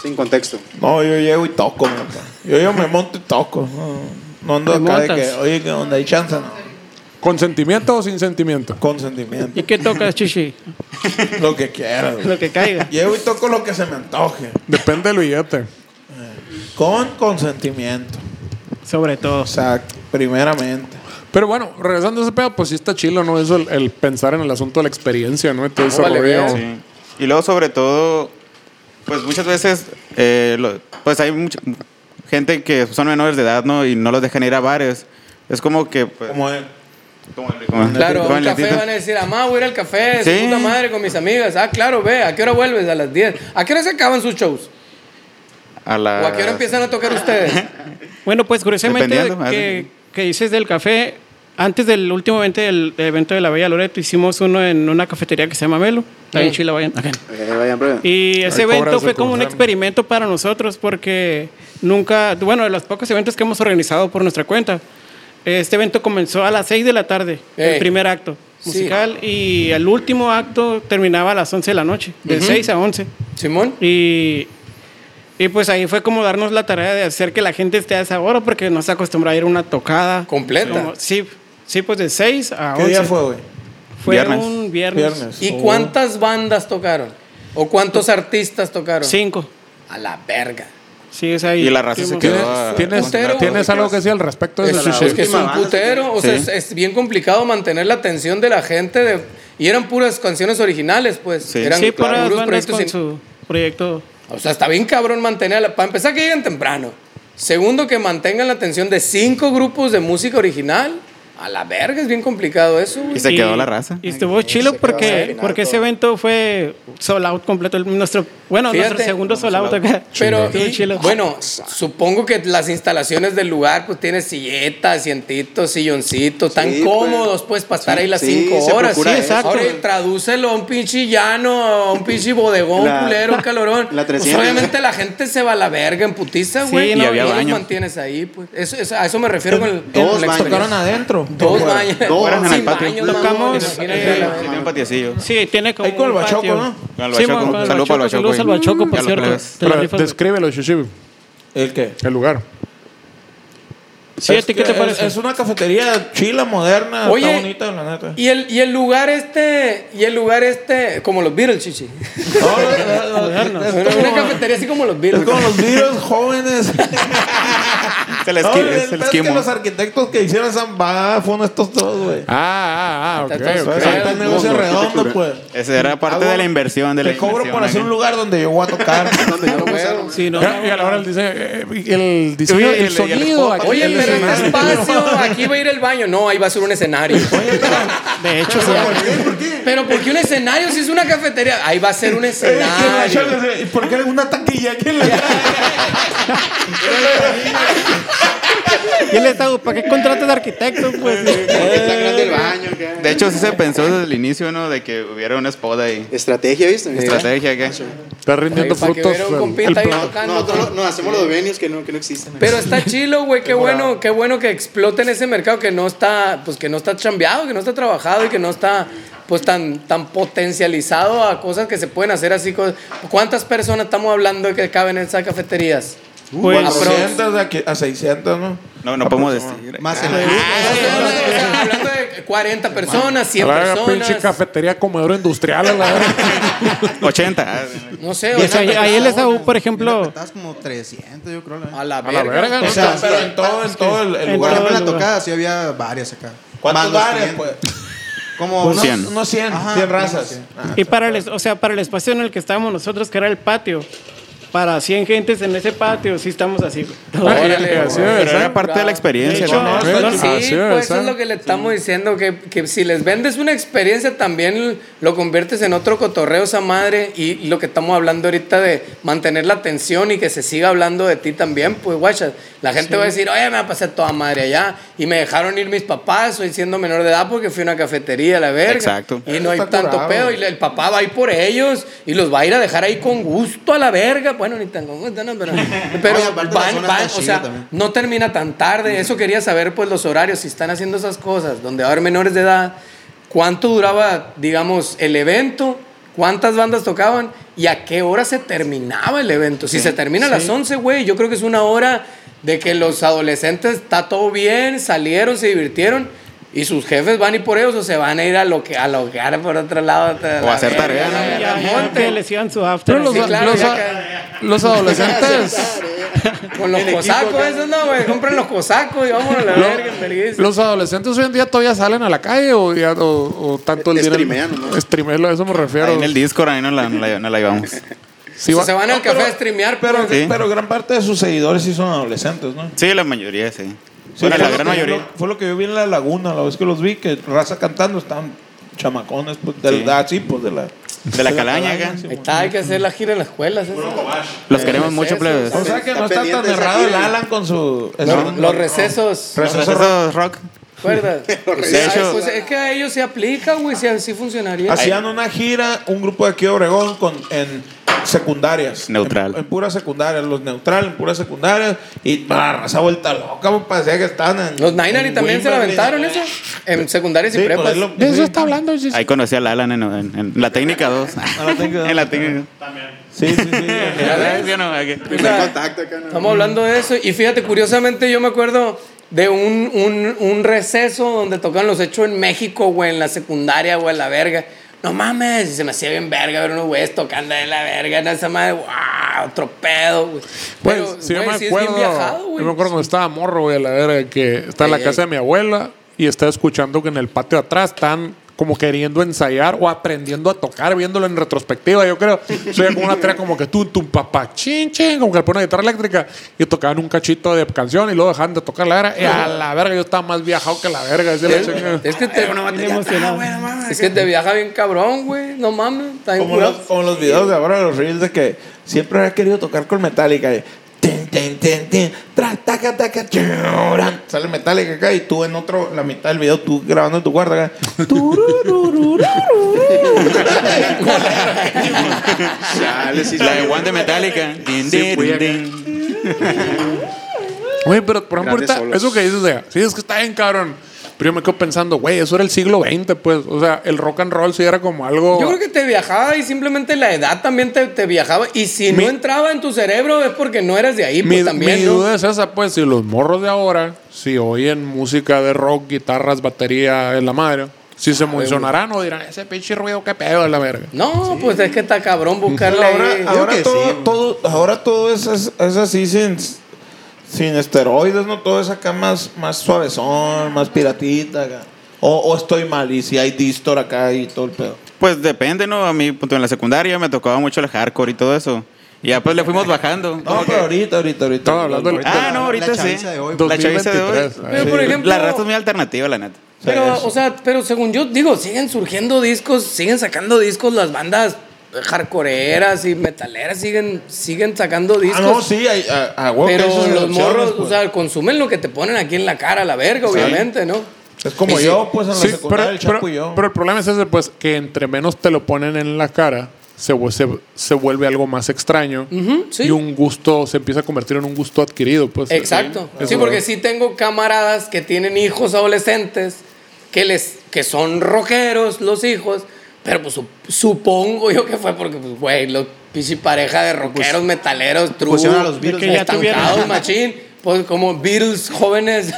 G: Sin contexto.
B: No, yo llego y toco, mi papá. Yo, yo me monto y toco. No, no ando
E: ¿Te
B: acá de
E: montas?
B: que, oye, ¿qué onda? ¿Hay chance? No.
A: ¿Con sentimiento o sin sentimiento?
B: Consentimiento.
E: ¿Y qué tocas, Chichi?
B: Lo que quieras. güey.
E: Lo que caiga.
B: Llego y toco lo que se me antoje.
A: Depende del billete.
B: Con consentimiento.
E: Sobre todo.
B: O sea, primeramente.
A: Pero bueno, regresando a ese pedo, pues sí está chilo, ¿no? Eso, el, el pensar en el asunto de la experiencia, ¿no? Entonces,
C: Órale,
A: rollo.
C: verga.
F: Sí. Y luego, sobre todo, Pues muchas veces, eh, lo- pues hay mucha gente que son menores de edad, ¿no? Y no los dejan ir a bares. Es como que... pues,
B: Como él.
F: como el- como el-
C: Claro, a
F: como
C: un
F: el
C: café
F: Tito.
C: van a decir, mamá, voy a ir al café,
F: Sí.
C: su puta madre con mis amigas. Ah, claro, ve, ¿a qué hora vuelves? A las 10. ¿A qué hora se acaban sus shows?
F: A
C: ¿O
F: la...
C: a qué hora empiezan a tocar ustedes?
E: Bueno, pues curiosamente,
F: Dependiendo,
E: que,
F: así.
E: que dices del café, antes del último evento del, del evento de la Bella Loreto, hicimos uno en una cafetería que se llama Melo. Está bien
C: Mm.
E: chila, vayan. acá.
G: Eh, vayan, prueben.
E: Y ese
A: cobras
E: evento
A: de
E: fue como un
A: cruzar.
E: experimento para nosotros porque nunca, bueno, de los pocos eventos que hemos organizado por nuestra cuenta. Este evento comenzó a las 6 de la tarde,
C: Ey.
B: Eh.
E: el primer acto
C: Sí.
E: musical, y el último acto terminaba a las 11 de la noche, de 6 a 11.
C: Simón.
E: Y, y pues ahí fue como darnos la tarea de hacer que la gente esté a esa hora porque no se acostumbra a ir a una tocada.
C: Completa.
E: Como- sí, sí, pues de 6 a
B: ¿Qué
E: 11.
B: día fue, güey?
E: Fue
F: Viernes.
E: un viernes.
B: Viernes.
C: ¿Y
B: Oh.
C: cuántas bandas tocaron? ¿O cuántos artistas tocaron?
E: Cinco.
C: A la verga.
E: Sí, es ahí.
F: Y la raza se
E: Tuvimos-
F: quedó...
A: ¿Tienes,
F: a-
A: tienes-
C: puntero.
A: tienes algo que decir al respecto de
C: Es,
A: eso,
C: es
A: Shishi?
C: que es
G: última
C: un
G: banda,
C: putero. O sea,
F: Sí.
C: es, es bien complicado mantener la atención de la gente. de- y eran puras canciones originales, pues.
F: Sí.
C: Eran
E: sí, para
C: puros
E: las bandas
C: proyectos
E: con
C: in-
E: su proyecto.
C: O sea, está bien cabrón mantenerla. Para empezar, que lleguen temprano. Segundo, que mantengan la atención de cinco grupos de música original. A la verga, es bien complicado eso, güey.
F: Y se quedó
E: Y-
F: la raza.
E: Y estuvo
G: se quedó
E: chilo
G: al
E: porque,
G: final
E: porque ese
G: todo.
E: evento fue sold out completo. el- Nuestro, bueno, nuestro
C: Fíjate.
E: segundo sold out acá.
C: Pero,
E: Estuvo
C: y-
E: chilo.
C: bueno, supongo que las instalaciones del lugar, pues tiene silletas, cientitos, silloncitos, tan
G: Sí, pues.
C: cómodos, pues, para estar
G: Sí,
C: ahí las
G: sí,
C: cinco
G: se
C: horas.
G: procura
C: Sí,
G: eso,
C: Ahora,
G: güey.
C: tradúcelo a un pinche llano, a un pinche bodegón,
G: La-
C: culero, calorón.
G: la
C: Pues,
G: 300.
C: obviamente la gente se va a la verga en putiza,
E: Sí,
C: güey.
E: y
C: no,
F: había
C: no los
F: baños.
C: mantienes ahí, pues. Eso, eso- a eso me refiero con el,
G: Dos
C: con la
G: baños.
C: experiencia.
B: Tocaron Oh. adentro.
C: Dos
G: Fuera,
C: baños.
G: dos
C: Fueron
F: en el
C: sin
F: patio.
C: baños, mamón.
E: Tocamos,
C: Imagínate
E: eh,
C: la-
F: Sí, tiene un patiecillo.
E: Sí, tiene como
B: Ahí con
E: un
B: el Bachoco,
E: patio.
B: ¿no?
F: Con el
E: Sí,
F: Bachoco.
E: con el
F: Saludo para el
E: Saludos al
F: Bachoco, güey.
E: Bachoco,
F: Ya
E: por
F: lo
E: cierto.
F: plebes.
E: Te la
A: Pero
E: rifas, güey.
A: descríbelo, Shishi,
B: ¿El qué?
A: el lugar.
E: Sí, ¿a
B: Es
E: ti qué
B: que
E: te
B: es-
E: parece?
B: Es una cafetería chila, moderna,
C: Oye,
B: está bonita, la neta.
C: Y el, y el lugar este, y el lugar este, como los Beatles, chichi.
B: No, no, no, no,
C: Una,
B: es como-
C: una cafetería así como los
B: Es
C: Beatles.
B: como los virus jóvenes.
F: Se le
B: No,
F: esqui-
B: el
F: es el
B: pedo es que
F: esquimo.
B: los arquitectos que hicieron esa bajada fueron estos dos, güey.
A: Ah, ah, ah, ok,
C: Está todo
A: ok.
C: suave.
B: Está el negocio
G: mundo,
B: redondo,
G: arquitectura.
B: pues.
F: Ese era parte
B: Hago-
F: de la inversión. De la
B: Te cobro
F: inversión,
B: por hacer
F: acá.
B: un lugar donde yo voy a tocar.
E: Sí, no,
A: Ah, Y a la hora del diseño, eh, el diseño,
F: Oye,
A: el,
F: el-
A: sonido.
F: el-
A: aquí
C: Oye,
A: el
C: pero en
A: escenario.
C: espacio, aquí va a ir el baño. No, ahí va a ser un escenario.
E: de hecho, sí.
C: Pero ¿por qué un escenario si es una cafetería? Ahí va a ser un
B: Eh, ¿quién la
C: escenario.
B: echó? ¿Y por qué una taquilla? ¿Quién le
E: Y el Estado, ¿para qué contratas arquitectos? Pues?
G: Está grande el baño acá.
F: De hecho, sí se pensó desde el inicio, ¿no? De que hubiera una espoda ahí.
G: Estrategia, ¿viste?
F: Estrategia acá.
A: Está rindiendo
C: Para que
A: frutos.
C: hubiera un
A: el-
C: compita
A: el
C: ahí
A: plan.
C: tocando.
G: No, nosotros no, no, hacemos los venios que no, que no existen.
C: Pero está chilo, güey, qué bueno, qué bueno que exploten ese mercado que no está, pues que no está chambeado, que no está trabajado y que no está pues tan, tan potencializado a cosas que se pueden hacer así. co- ¿Cuántas personas estamos hablando de que caben en esas cafeterías?
E: Pues,
B: A
C: Ah, pero-
B: 400, a que- a 600, ¿no? Ah,
F: No, no podemos decir.
G: Más el
C: O sea, hablando de- o sea, hablando de 40 personas, 100
A: A la verga, pinche
C: personas.
A: cafetería comedero industrial. A la verga.
F: 80.
C: No sé,
E: pues, ahí, ahí el Estado, por ejemplo,
D: Estás como 300, yo creo.
C: A
D: La...
C: la
A: A la
C: verga.
A: verga.
G: O
A: ¿no?
G: sea,
B: Pero en todo, en todo el, el
E: en
B: lugar. pues.
E: todo
D: Bueno,
E: el
D: la
E: lugar.
D: tocada sí había varias acá.
B: ¿Cuántos
D: Más los
B: bares,
D: 500.
B: pues?
D: Como
B: Unos
A: Pues
D: unos-
F: 100.
B: 100. Unos 100,
D: Ajá,
B: 100
D: unos
B: razas.
D: 100.
B: Ah,
E: y para el, es- o sea, para el espacio en el que estábamos nosotros, que era el patio, para 100 gentes en ese patio, sí estamos así. güey.
A: Ah, y-
C: Órale,
A: y así
C: güey.
A: debe
F: Pero
A: ser.
F: era parte de la
E: De
F: experiencia,
E: hecho,
F: ¿no?
C: Sí,
A: Bueno,
B: Ah,
A: así debe
C: pues eso
A: ser.
C: es lo que le estamos diciendo, que, que si les vendes una experiencia también lo conviertes en otro cotorreo esa madre y lo que estamos hablando ahorita de mantener la atención y que se siga hablando de ti también, pues guacha, la gente va a decir, oye, me la pasé toda madre allá y me dejaron ir mis papás, soy siendo menor de edad porque fui a una cafetería, la verga.
F: Exacto.
C: Y no hay
B: Está
C: tanto
B: curado.
C: pedo y el papá va a ir por ellos y los va a ir a dejar ahí con gusto a la verga, bueno, ni tan con gusto, no, pero, pero
G: Oye, aparte la
C: van,
G: zona
C: van,
G: está
C: o
G: chida
C: sea,
G: también.
C: no termina tan tarde. Eso quería saber, pues, los horarios. Si están haciendo esas cosas donde va a haber menores de edad, ¿cuánto duraba, digamos, el evento? ¿Cuántas bandas tocaban? ¿Y a qué hora se terminaba el evento? Si se termina a las 11, güey, yo creo que es una hora de que los adolescentes está todo bien, salieron, se divirtieron. Y sus jefes van y por ellos o se van a ir a lo que a loquear por otro lado.
F: O a hacer tarea, ¿no?
E: Ya, ya, ya, que les iban su after.
A: Pero los,
C: Sí, claro,
A: los-
C: ya que-
A: los adolescentes.
C: Con los cosacos, esos no, güey. Compren los cosacos y vámonos a la verga, feliz.
A: Los adolescentes hoy en día todavía salen a la calle o, ya- o- o tanto el dinero.
G: Streamean, ¿no?
A: Streamean, a eso me refiero.
F: Ahí en el Discord, ahí nos la, nos la- nos la llevamos.
A: Sí,
C: O sea,
A: va-
C: se van al
B: No,
C: café
B: pero-
C: a streamear, pues, pero.
B: Pero,
F: Sí.
B: pero gran parte de sus seguidores sí son adolescentes, ¿no?
F: Sí, la mayoría, sí.
B: Sí,
F: Bueno,
B: fue
F: la
B: lo
F: gran
B: que yo-
F: mayoría.
B: lo- fue lo que yo vi en la laguna, la vez que los vi, que raza cantando, estaban chamacones, pues, de
F: Sí.
B: la, ah, sí, pues, de la...
F: De la calaña acá.
B: sí, pues.
C: Ahí está, hay que hacer la gira en las escuelas. eso.
F: Los queremos mucho, plebes.
B: O sea que no está tan
G: pendiente esa
B: errado el
G: gira.
B: Alan con su...
C: Los, los recesos.
F: Los recesos rock.
C: ¿Recuerdas? Pues,
F: De
C: ay,
F: hecho-
C: pues, es que a ellos se aplica, güey, si así funcionaría.
B: Hacían una gira, un grupo de aquí de Obregón con, en secundarias.
F: Neutral.
B: En, en puras secundarias, los neutral, en puras secundarias. Y no, la raza vuelta loca, pues, parecía que estaban en.
C: Los Niners también se la aventaron eso. En secundarias
B: Sí,
C: y
B: pues,
C: prepas.
B: es lo- sí.
A: hablando. sí, sí.
F: Ahí conocí a Lalan en, en- en la técnica 2.
B: la técnica dos.
F: en la técnica
B: Sí, sí, sí.
F: ¿Ya ves? ¿Sí o no? Aquí.
C: O sea,
G: contacto acá, ¿no?
C: Estamos hablando de eso. Y fíjate, curiosamente, yo me acuerdo de un, un- un receso donde tocaban los hechos en México, güey, en la secundaria, güey, a la verga. No mames, y se me hacía bien verga ver unos güeyes tocando de la verga en esa madre. ¡Wow! Otro pedo, güey.
A: Pues,
C: Pero,
A: sí, yo
C: güey,
A: me
C: sí
A: acuerdo.
C: es bien viajado, güey. pues,
A: yo me acuerdo cuando estaba morro, güey, a la verga, que está en la
C: Ey,
A: casa
C: ey.
A: de mi abuela y estaba escuchando que en el patio de atrás están como queriendo ensayar o aprendiendo a tocar, viéndolo en retrospectiva, yo creo. Soy como una tarea como que tú, tu papá, chin, chin, como que le ponen una guitarra eléctrica y tocaban un cachito de canción y luego dejaban de tocar la verga. Y a la verga, yo estaba más viajado que la verga. ese la chingada.
C: Es que te, es que te viaja bien cabrón, güey. No mames. Está bien
B: Como los,
C: curado.
B: como los videos de ahora, los reels de que siempre había querido tocar con Metallica. y tin, tin, tin, tin, tra, taca, taca, churan. Sale Metallica acá y tú en otro, la mitad del video, tú grabando en tu cuarto acá. turururururu.
G: Chale, sí,
F: La
G: sí.
F: de One de Metallica. Din, din, din, din.
A: Güey, pero por ejemplo,
G: Grandes
A: ahorita,
G: solos.
A: eso que dices, de, sí, es que está bien, cabrón. Pero yo me quedo pensando, güey, eso era el siglo XX, pues. O sea, el rock and roll sí era como algo.
C: Yo creo que te viajaba y simplemente la edad también te, te viajaba. Y si
A: Mi-
C: no entraba en tu cerebro es porque no eras de ahí, pues
A: mi,
C: también.
A: mi
C: ¿no?
A: duda es esa, pues, si los morros de ahora, si oyen música de rock, guitarras, batería, en la madre, si se emocionarán o dirán, ese pinche ruido, qué pedo, a la verga.
C: No, pues es que está cabrón buscarle.
B: Ahora,
C: ahí.
B: ahora
G: que
B: todo,
G: sí, güey.
B: todo, ahora todo es, es- es así sin, sin esteroides, ¿no? Todo es acá más, más suavezón, más piratita. acá. O, o estoy mal y si hay distor acá y todo el pedo.
F: Pues depende, ¿no? A mí, punto, en la secundaria me tocaba mucho el hardcore y todo eso. Y ya pues le fuimos bajando.
B: No, pero ahorita, ahorita, ahorita.
A: Estaba hablando del-
F: Ah, no, ahorita
D: La
F: sí.
D: chaviza de hoy,
F: La chaviza de hoy.
A: 2023,
C: Pero, por ejemplo-
F: La raza es muy alternativa, la neta.
C: Pero,
B: Sí, eso.
C: o sea, pero según yo digo, siguen surgiendo discos, siguen sacando discos las bandas hardcoreeras y metaleras, siguen, siguen sacando discos.
B: Ah, no, sí, hay, a, a huevo que hay
C: Pero
B: sus
C: los
B: excepciones,
C: morros,
B: pues.
C: o sea, consumen lo que te ponen aquí en la cara, la verga, obviamente, ¿no?
B: Es como
C: Y
B: yo, pues en la
A: Sí,
B: secundaria,
A: pero,
B: el Chapo
A: pero-
B: y yo.
A: pero el problema es ese, pues, que entre menos te lo ponen en la cara, se, vu- se, se vuelve algo más extraño
C: Ujú, sí.
A: y un gusto se empieza a convertir en un gusto adquirido, pues.
C: Exacto.
A: Eso
C: Sí, porque sí tengo camaradas que tienen hijos adolescentes que les que son rockeros los hijos, pero pues sup- supongo yo que fue porque pues güey, los pichi pareja
A: Pues,
C: de rockeros metaleros, true,
D: pusieron a los Beatles,
E: ¿no?
C: estancados, machín, pues como Beatles jóvenes.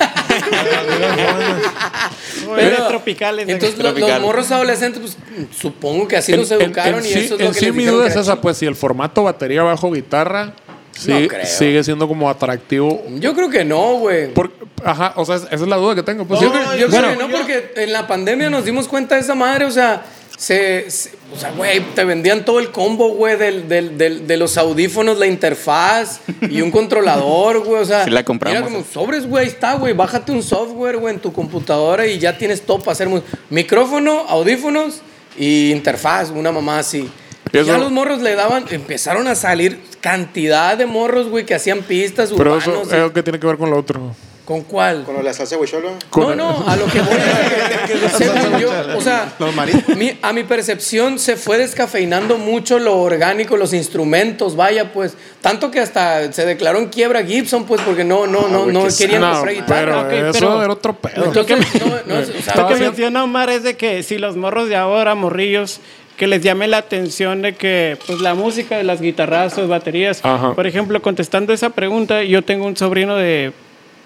E: Jóvenes tropicales, ¿no?
C: Entonces lo- los
F: Tropical.
C: morros adolescentes pues supongo que así
A: En-
C: los
A: en-
C: educaron
A: en
C: y
A: sí-
C: eso es lo
A: en
C: que
A: sí
C: les
A: mi
C: dijeron
A: duda
C: que
A: es
C: era
A: esa, pues, si el formato batería bajo guitarra sí-
C: creo.
A: sigue siendo como atractivo.
C: chido. Yo creo que no, güey.
A: Por- ajá, o sea, es- esa es la duda que tengo. Pues,
C: Yo
A: sí.
C: creo, yo creo
A: Bueno,
C: que no, porque en la pandemia nos dimos cuenta de esa madre, o sea, se, se- o sea, güey, te vendían todo el combo, güey, del, del, del- de los audífonos, la interfaz y un controlador, güey, o sea,
F: Sí la compramos.
C: era
A: eh.
C: como sobres, güey, ahí está, güey, bájate un software, güey, en tu computadora y ya tienes todo para hacer mu- micrófono, audífonos y interfaz, una mamá así.
A: Y eso-
C: Ya los morros le daban, empezaron a salir cantidad de morros, güey, que hacían pistas
A: pero
C: urbanos.
A: eso eh, es
C: y-
A: lo que tiene que ver con lo otro.
C: ¿Con cuál?
G: Con lo de la salsa huicholo.
C: No, no, a lo que voy es que, según yo, o sea,
D: Los mariscos.
C: mi- a mi percepción se fue descafeinando mucho lo orgánico, los instrumentos, vaya, pues, tanto que hasta se declaró en quiebra Gibson, pues, porque no, no,
A: Ah,
C: no, no querían
A: No,
C: comprar
A: pero
C: guitarra.
E: ok,
A: eso
E: pero-
A: era otro pedo.
C: Entonces, no, no, o sea,
E: Lo que
A: Estaba haciendo-
E: menciona Omar es de que si los morros de ahora, morrillos, que les llame la atención de que pues, la música, las guitarrazos, baterías.
A: Ajá.
E: Por ejemplo, contestando esa pregunta, yo tengo un sobrino de.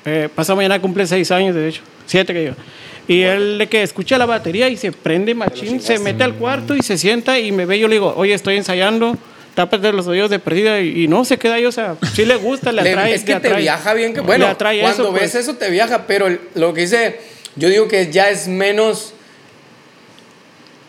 E: eh, pasado mañana cumple seis años, de hecho, siete que yo. Y él de que escucha la batería y se prende machín, se mete al cuarto y se sienta y me ve. Yo le digo, oye, estoy ensayando, tápate los oídos de perdida y, y no se queda ahí. O sea, sí le gusta, le
C: Le-
E: atrae.
C: es que
E: le
C: te
E: atrae.
C: viaja bien. Que,
E: Le
C: bueno,
E: atrae
C: cuando
E: eso,
C: ves
E: pues.
C: eso te viaja, pero el- lo que hice, yo digo que ya es menos.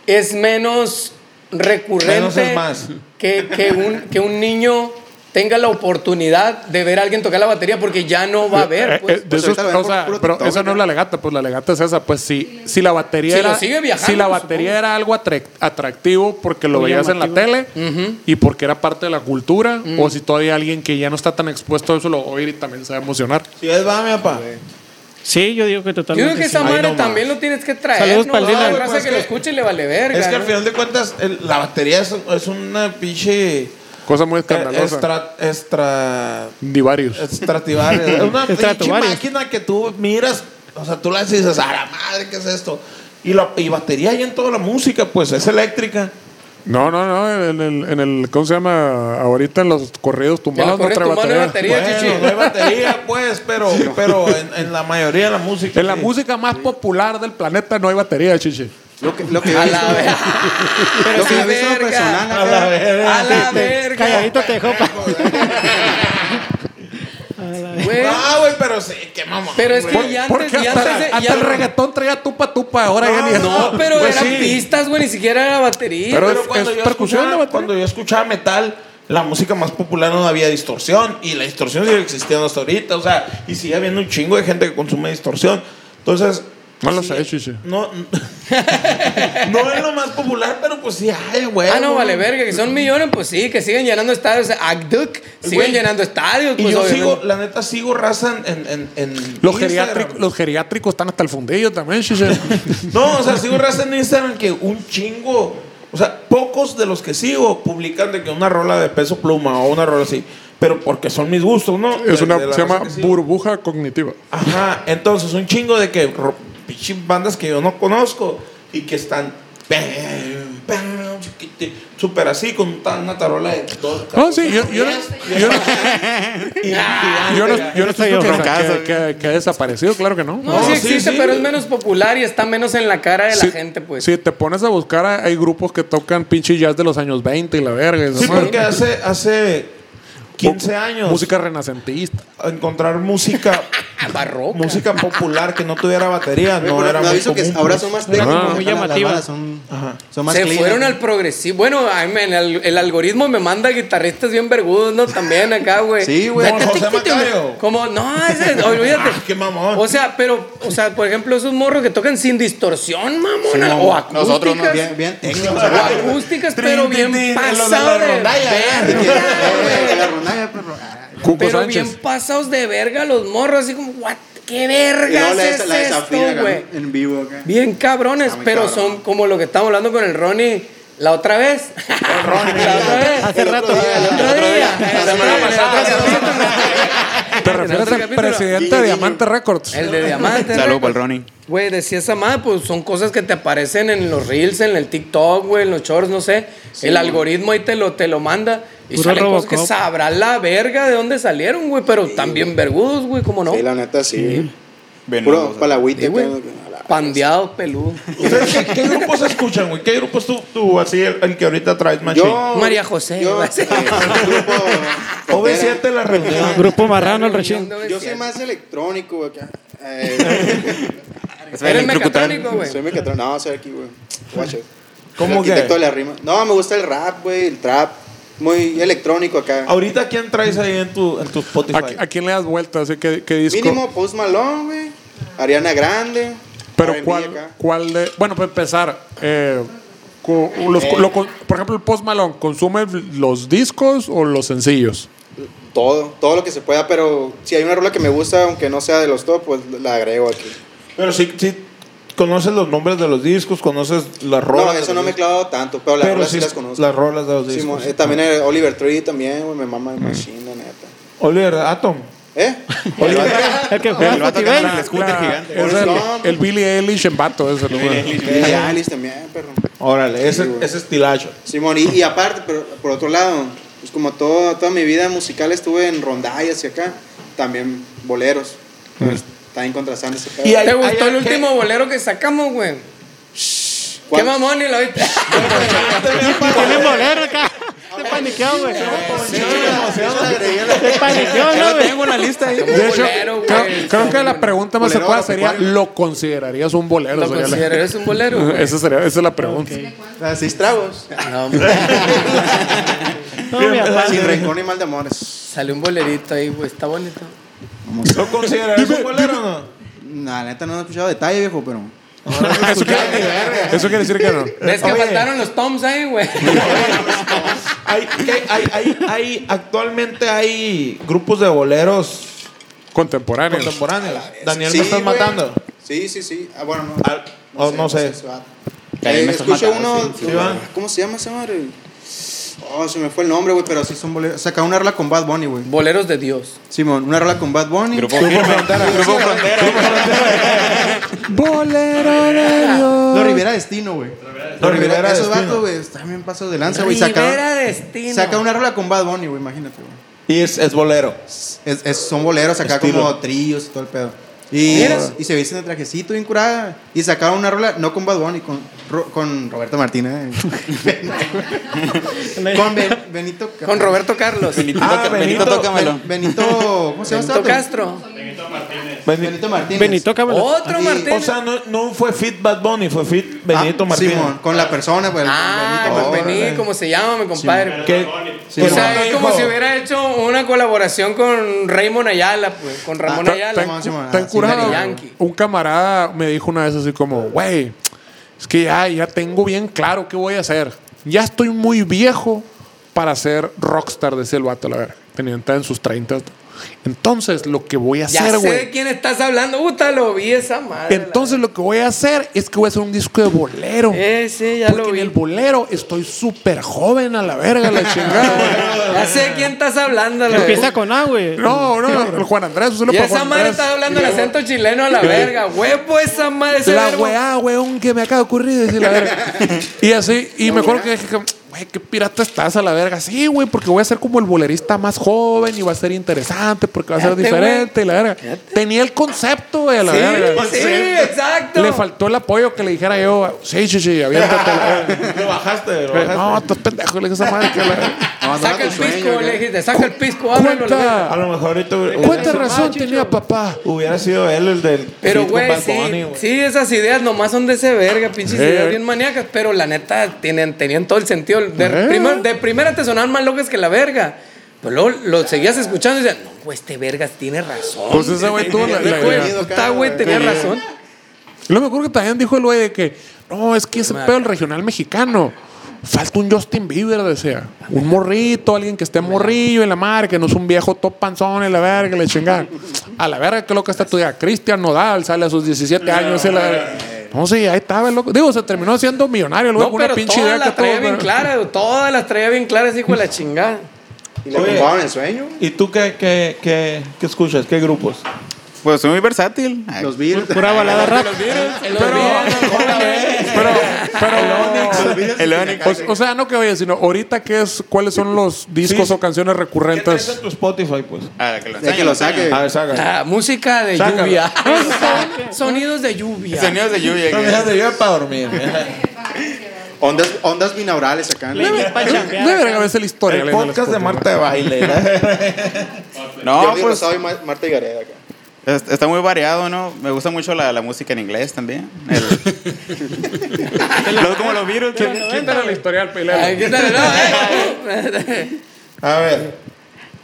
C: Es menos
B: Menos
C: recurrente
B: es más.
C: Que, que un, que un niño tenga la oportunidad de ver a alguien tocar la batería porque ya no va a
A: Eh,
C: ver.
A: eh,
C: Pues.
A: de
D: pues
A: eso-
D: ahorita lo ven
A: o
D: por
A: sea,
D: puro
A: pero
D: TikTok,
A: esa no es la legata, pues la legata es esa, pues si, si la batería
C: Si lo
A: era,
C: sigue viajando,
A: si la
C: supongo.
A: batería era algo atrac- atractivo porque lo
E: Muy
A: veías en la tele
E: llamativo.
A: y porque era parte de la cultura
C: Mm.
A: o si todavía alguien que ya no está tan expuesto a eso lo va a oír y también se va a emocionar.
B: Si es, va, mi papá.
E: Sí, yo digo que
C: Yo
E: totalmente.
C: creo que
E: sí.
C: esa
B: Ahí
C: madre
B: nomás.
C: también lo tienes que traer.
E: Saludos
C: ¿no?
E: pa'l Dylan.
C: Ah, raza
B: Pues
C: que
B: que-
C: lo escuche le vale verga.
B: Es que al
C: ¿no?
B: final de cuentas, el- la batería es, es una pinche. eh,
A: Cosa muy escandalosa.
B: Estra. Extra.
A: Divarius.
B: Strativarius. Es una pinche
E: Stratovarius.
B: máquina que tú miras, o sea, tú la haces y dices, a la madre, ¿qué es esto? Y, la, y batería y en toda la música, pues es eléctrica.
A: No, no, no, en el, en el ¿cómo se llama? Ahorita en los corridos
C: Ya lo
A: tumbados no
C: corre
A: trae
C: tu mano
A: batería.
C: de batería,
B: Bueno,
C: chichi.
B: no hay batería, pues, pero, pero en, en la mayoría de la música.
A: En la
B: sí.
A: música más popular del planeta no hay batería, chiche.
G: Lo que, lo que yo
C: A
G: he
C: la
G: visto-
C: verga. Pero
G: lo que
C: sí,
G: yo he visto en lo
C: verga.
G: personal
B: A la
G: acá,
B: verga.
C: A la verga.
E: Calladito te dejó. pa-
C: Güey,
B: Ah, güey, pero sí, qué mamá.
C: Pero es que
A: Por-
C: ya
A: porque
C: antes, ya
A: hasta,
C: antes de-
A: hasta
C: ya-
A: el reggaetón traía tupa tupa, ahora ya ni
C: No, pero
A: Pues
C: eran
A: sí.
C: pistas, güey, ni siquiera era batería.
A: Pero
B: Pero
A: es-
B: cuando,
A: es
B: yo
A: percusión la
B: escuchaba,
A: batería.
B: cuando yo escuchaba metal, la música más popular no había distorsión. Y la distorsión sigue existiendo hasta ahorita. O sea, y sigue habiendo un chingo de gente que consume distorsión. Entonces.
A: No lo
B: sí,
A: sé, chiche.
B: No, no es lo más popular, pero pues sí, ay, güey.
C: Ah, no,
B: güey.
C: vale, verga, que son millones, pues sí, que siguen llenando estadios. Agduk, siguen
B: Güey,
C: llenando estadios,
B: Y
C: pues
B: yo
C: obviamente.
B: sigo, la neta, sigo raza en. en, en
A: Los,
B: Instagram.
A: geriátricos, los geriátricos están hasta el fundillo también, chiche.
B: No, o sea, sigo raza en Instagram que un chingo. O sea, pocos de los que sigo publican de que una rola de peso pluma o una rola así. Pero porque son mis gustos, ¿no?
A: es
B: De-
A: una,
B: de la
A: se
B: raza
A: llama
B: que sigo.
A: burbuja cognitiva.
B: Ajá, entonces un chingo de que ro- pinche bandas que yo no conozco y que están pam, pam, chiquiti- súper así con un ta- una tarola de dos.
A: No, Ah, sí, yo, yo, no- yo no,
B: Y- y- y-
A: yo no, yo no estoy
E: yo.
A: diciendo que, que, que- que ha desaparecido, claro que no.
C: No, sí
B: No, sí,
C: existe,
B: sí.
C: pero es menos popular y está menos en la cara de
A: Si-
C: la gente, pues.
A: Si te pones a buscar, hay hay grupos que tocan pinche jazz de los años 20 y la verga. y esa
B: Sí,
A: madre.
B: porque hace, hace 15 años
A: Música renacentista.
B: encontrar música
C: Barroca.
B: música popular que no tuviera batería
G: güey,
B: no
G: pero
B: era
G: me
B: muy
G: aviso que
B: común. pues.
G: ahora son más técnicos.
A: Ah.
G: acá
E: Muy
G: las- las
E: llamativa.
G: bandas son, son más
C: Se
G: clean,
C: fueron
G: acá.
C: al progresivo. Bueno, ay, man, el, el algoritmo me manda guitarristas bien vergudos, ¿no? También acá, güey.
G: Sí, güey.
B: Como José Macario.
C: Como, no, ese, olvídate.
B: Ah, qué mamón.
C: O sea, pero, o sea, por ejemplo, esos morros que tocan sin distorsión, mamón. o
G: No,
C: acústicas.
G: nosotros no, bien, bien técnicos.
C: O acústicas, pero
B: Trin, trin,
C: bien
B: trin, en lo de la
C: pasados de
B: rondalla, ¿eh?
C: verga, güey.
G: La rondalla, pero- ah,
A: Cuco
C: Pero
A: Sánchez.
C: bien pasados de verga los morros, así como, what, qué
G: y luego
C: vergas
G: la
C: es
G: desa- la desafina
C: esto,
G: acá,
C: güey.
G: en vivo acá.
C: Bien cabrones,
G: Está muy
C: pero
G: cabrón.
C: son como lo que estamos hablando con el Ronnie la otra vez. la otra vez.
E: Hace
G: El
E: rato.
G: otro día,
C: El otro día.
G: La
C: El otro
G: semana
C: día,
G: pasada,
C: el otro
G: la
C: capítulo.
A: Te refieres al
C: capítulo.
A: presidente de Diamante Records.
C: El de diamante.
F: Saludos
C: ¿no?
F: para el Ronnie.
C: Güey, decía esa madre, pues son cosas que te aparecen en los reels, en el TikTok, güey, en los shorts, no sé. el algoritmo ahí te lo, te lo manda. Y
E: Puro
C: salen cosas que
E: Robocop.
C: sabrá la verga de dónde salieron, güey, pero también vergudos, güey, ¿cómo no?
G: Sí, la neta, sí.
F: Venenoso.
G: Puro palagüita.
C: Sí, güey.
G: acá, a la-
C: Pandeados, peludos.
B: ¿Ustedes qué, qué grupos escuchan, güey? ¿Qué grupos tú, tú así, el, el que ahorita traes, machín?
G: Yo-
C: María José,
G: Yo,
C: güey.
G: eh, grupo
B: OV7
G: frontera.
B: la reunión.
E: Grupo Marrano, Ah, el rechín.
G: Yo soy más electrónico, güey. acá. Eh,
C: Eres mecatrónico, güey.
G: soy mecatrónico. No, soy aquí, güey. Guacho.
B: ¿Cómo
G: Soy arquitecto
B: que?
G: de la rima. No, me gusta el rap, güey, el trap. Muy electrónico acá.
B: Ahorita, ¿quién traes ahí en tu, en tu Spotify?
A: ¿A, a quién le das vuelta? Así que, ¿qué disco?
G: Mínimo Post Malone, güey. Ariana Grande.
A: Pero
G: R&B
A: ¿cuál,
G: acá.
A: cuál de... Bueno, para empezar, eh, cu- los-
G: Eh.
A: lo con- por ejemplo, el Post Malone, ¿consume los discos o los sencillos?
G: Todo, todo lo que se pueda, pero si hay una rola que me gusta, aunque no sea de los top, pues la agrego aquí.
B: Pero sí, sí, conoces los nombres de los discos, conoces las rolas.
G: no,
B: de
G: eso
B: los
G: no me he
B: discos.
G: clavado tanto, pero las
B: Pero
G: rolas
B: sí,
G: sí las conozco.
B: las rolas de los
G: Sí, mo-
B: discos. Mm.
G: eh, también el Oliver Tree también, güey, me mama el machine, la neta.
B: Oliver Atom.
G: ¿Eh?
E: El que juega
F: El vato que
E: Spotify.
F: anda en el scooter gigante.
A: Es el,
G: No.
A: el Billy Eilish en vato. ese, ¿no?
G: Billie Eilish también, perro.
B: Órale, ese, ese estilacho.
G: Simón, y, y aparte, pero, por otro lado, pues como todo, toda mi vida musical estuve en rondallas y acá, también boleros.
B: Mm.
G: Pues, Está en contrastante ese pedo.
B: Y hay-
C: ¿Te gustó
B: hay-
C: el
B: ¿qué?
C: último bolero que sacamos, güey? ¿Qué
G: ¿Cuál?
C: mamón y lo viste?
E: Tiene bolero acá.
G: Ah,
E: paniqueó, güey.
G: Yo
E: Se paniqueó, ¿no, güey?
F: Tengo una lista ahí.
A: De hecho,
C: bolero, güey.
A: creo, creo que la pregunta más
G: Bolero,
A: adecuada
G: ¿no?
A: sería: ¿lo considerarías un bolero?
C: ¿Lo
A: Sería la-
C: consideras un bolero? güey?
A: esa, sería, esa es la pregunta.
G: Seis tragos.
C: No, hombre.
E: No, mi papá.
G: Sin rencor ni mal de amores.
C: Salió un bolerito ahí, güey. Está bonito.
B: ¿Lo considerarías un bolero o no?
D: Nah, la neta no he escuchado detalle, viejo, pero.
A: eso, quiere, eso quiere decir que no.
C: ¿Ves que faltaron los toms ahí, güey?
B: Hay, que hay, hay, hay, actualmente hay grupos de boleros
A: Contemporáneos.
B: contemporáneos. Daniel,
G: Sí,
B: me estás
G: güey.
B: matando.
G: Sí, sí, sí. Ah, bueno, no.
B: Ah, oh, no sé.
G: se va.
F: Que ahí
G: Eh,
F: me estás
G: escucho
F: matando,
G: uno.
F: sí,
B: sí, va.
G: ¿Cómo se llama ese madre? Oh, se me fue el nombre, güey, pero sí son boleros. Saca una rola con Bad Bunny, güey.
C: Boleros de Dios.
D: Simón, una rola con Bad Bunny.
F: Grupo Frontera. Grupo Frontera.
A: Bolero de Dios.
D: Los Rivera Destino, güey. Los Rivera Esos vatos, güey, están bien pasos de lanza, güey.
C: Rivera
D: Sacaron,
C: Destino.
D: saca una rola con Bad Bunny, güey, imagínate, güey.
B: Y es, es bolero.
D: Es, es- son boleros acá
B: Estilo.
D: como trillos y todo el pedo. Y,
C: ¿Vieras?
D: y se visten de trajecito bien curada. Y sacaron una rola, no con Bad Bunny, con, Ro- con Roberto Martínez. eh. con Ben- Benito Ca-
C: Con Roberto Carlos.
F: Benito,
B: Ah,
F: toca-
B: Benito.
F: Benito, tócamelo.
D: Ben- Benito. ¿Cómo se llama
C: Benito
D: este vato?
C: Castro.
D: Benito Martínez.
E: Benito Cámara.
C: Otro
B: O
D: Y-
C: Martínez.
B: sea, no, no fue Fit Bad Bunny, fue Fit
D: Ah,
B: Benito Martínez.
D: Simón, con la persona, pues.
C: Ah,
D: con
C: pues
D: Benito.
C: vení, como se llama, mi compadre.
B: Que-
C: o
B: que
C: sea,
B: no
C: es como
B: dijo.
C: si hubiera hecho una colaboración con Raymond Ayala, pues,
D: Ah,
C: con Ramón
A: Está-
C: Ayala.
D: Simón, Simón,
A: Está
D: ah,
A: encurado.
C: Ciudad Yankee.
A: Un camarada me dijo una vez así como, güey, es que ya, ya tengo bien claro qué voy a hacer. Ya estoy muy viejo para ser rockstar, decía el vato, la verdad. Tenía está en sus 30. Entonces, lo que voy a
C: ya
A: hacer,
C: sé de
A: güey.
C: quién estás hablando. Puta, lo vi esa madre.
A: Entonces, lo que voy a hacer es que voy a hacer un disco de bolero.
C: la- Eh, sí, ya lo
A: Porque en el
C: vi.
A: bolero estoy súper joven a la verga, la chingada.
C: Ah, Ya sé de quién estás hablando. la-
E: Empieza con A, güey.
A: No, no, Juan Andrés, un saludo
C: Y
A: para
C: esa
A: Juan
C: madre
A: Andrés.
C: está hablando el acento chileno a la verga. Huevo, esa madre se
A: La weá, weón, que me acaba de ocurrir. decía la verga. y así, y me acuerdo que dije, como, güey, qué pirata estás a la verga. Sí, güey, porque voy a ser como el bolerista más joven y va a ser interesante porque va a ser
C: Fíjate,
A: diferente. Y la verga. Tenía el concepto, güey, a la
C: Sí,
A: verga.
C: pues sí, exacto.
A: Ah, Le faltó el apoyo que le dijera yo, sí, sí, sí, aviéntate. la verga.
B: Lo bajaste, lo bajaste.
A: no, estás pendejo, le dije esa madre que la verga.
C: Saca el pisco, le dijiste. Saca el pisco, ábrelo. la verga.
B: A
A: Cuánta,
B: lo mejor ahorita hubiera,
A: cuánta razón tenía papá.
B: hubiera sido él el del
C: Pero,
B: Fit
C: güey,
B: Bad
C: sí,
B: Bunny, güey.
C: sí, esas ideas nomás son de ese verga, pinches
A: Eh.
C: ideas bien maníacas, pero la neta tienen, tenían todo el sentido. De,
A: Eh.
C: primer- de primera te sonaban más locas que la verga. Pero luego lo seguías escuchando y decías, no, güey, este vergas tiene razón.
A: Pues ese güey tuvo la- la
C: Güey,
A: idea.
C: puta, güey, tenía razón.
A: Y luego me acuerdo que también dijo el güey de que, no, es que ese pedo el regional mexicano. Falta un Justin Bieber, decía. Un morrito, alguien que esté morrillo en la mar, que no es un viejo top panzón en la verga, le chingan. A la verga, qué loca está tu idea. Cristian Nodal sale a sus 17 años en la verga. No sé, ahí estaba el loco. Digo, se terminó siendo millonario luego
C: No,
A: con una
C: pero
A: pinche
C: todas
A: idea que
C: las traía bien
A: todo.
C: claras, güey, todas las traía bien claras, hijo de la chingada.
G: Y le
B: Oye.
G: compraron el sueño.
B: ¿Y tú qué, qué, qué, qué escuchas? ¿Qué grupos?
F: Pues soy muy versátil. Ay,
D: Los Beatles.
E: Pura balada rap.
C: El otro día,
A: Pero, pero.
F: El Onix.
A: O, o sea, no que oye, sino ahorita qué es, cuáles son los discos
B: Sí.
A: o canciones
B: ¿Qué tienes
A: recurrentes.
B: en tu Spotify, pues?
F: Ah, que lo
G: De que lo saque.
B: A ver, saca.
C: ah, música de
B: Sácalo.
C: lluvia. Sonidos de lluvia.
F: Ah, Sonidos de lluvia.
B: No,
F: que-
B: déjate yo para dormir.
G: Ondas, ondas binaurales acá. ¿no?
A: Debe haberse la historia.
B: El podcast de Marta de Baile.
F: No,
G: Jordi
F: pues
G: Rosado y Ma- Marta Higareda acá.
F: es- está muy variado, ¿no? Me gusta mucho la, la música en inglés también. El- Los- como los virus. ¿quién- quién-
A: Quítale la historia al
C: Ay, quítale, no, eh.
B: A ver.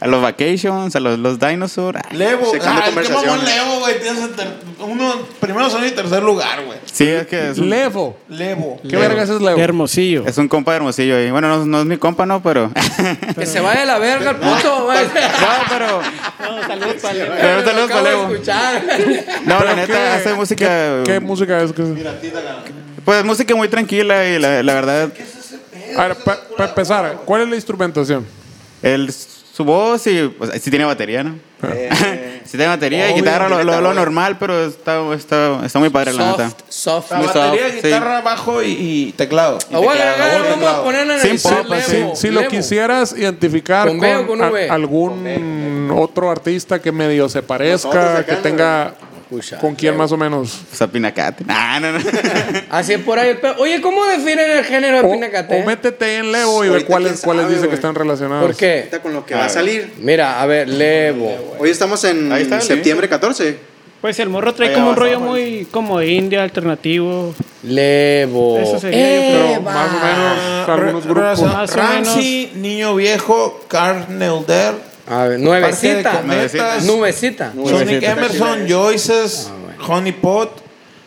F: A los Vacations, a los, los Dinosaur. Ah,
B: Levo.
G: Checando
B: Ay, qué
G: conversaciones.
B: mamón Levo, güey. Tienes el ter- uno, primero, segundo y tercer lugar, güey.
F: Sí, es que es un,
A: Levo.
B: Levo.
A: ¿Qué verga es Levo?
E: Hermosillo.
F: es un compa hermosillo ahí. Bueno, no, no es mi compa, ¿no? Pero...
C: Que se vaya a la verga el puto, güey.
F: No, pero...
E: Saludos para
F: Pero saludos
C: Acabo
F: para
C: de
F: Levo.
C: escuchar.
F: No, la
A: ¿Pero
F: neta,
A: qué-
F: hace música...
A: ¿Qué música es? que es?
F: Pues música muy tranquila y la, la verdad...
A: A ver, para empezar, ¿cuál es la instrumentación?
F: El, su voz y... Pues, sí tiene batería, ¿no? sí tiene batería y
G: obvio,
F: guitarra, lo, lo,
G: guitarra,
F: lo
G: güey.
F: normal, pero está, está, está muy padre, la neta.
C: Soft, soft.
B: La
F: Muy
B: batería,
F: soft, sí.
B: guitarra, bajo y, y teclado.
C: Ah, bueno,
F: teclado,
C: ah, vamos a
B: teclado.
C: poner a
F: Sin
C: analizar
F: pop,
C: Levo,
A: si si lo
C: Levo.
A: quisieras identificar
C: ¿Con
A: con,
C: B o con
A: a-
C: V?
A: algún otro artista que medio se parezca,
G: Nosotros acá,
A: que
G: ¿no?
A: tenga
C: Pucha.
A: ¿Con quién más o menos?
F: Pues a Pinacate. Ah, no, no.
C: Así es por ahí. el pe- Oye, ¿cómo definen el género de
A: O,
C: pinacate?
A: o métete en Levo y ve
G: Ahorita
A: cuáles,
G: quién
A: cuáles
G: sabe,
A: dice que
G: güey.
A: están relacionados.
C: ¿Por qué?
G: Ahorita con lo que va a salir.
C: Mira, a ver, levo.
G: Hoy estamos en
F: Ahí está,
G: septiembre 14.
E: Pues el morro trae
F: Ahí
E: como un
F: abajo,
E: rollo
F: abajo.
E: muy como india, alternativo.
C: Levo.
E: Eso sería, yo creo,
C: Eva.
A: Más o
B: Ah,
A: menos algunos grupos.
B: Raza,
E: Más o
B: Ramsey, Niño Viejo, Carl Nelder,
C: A
B: Parque
C: ver, nuevecita.
B: de Cometas.
C: Nubecita.
B: Sonic Emerson, Joyces, Honey Pot.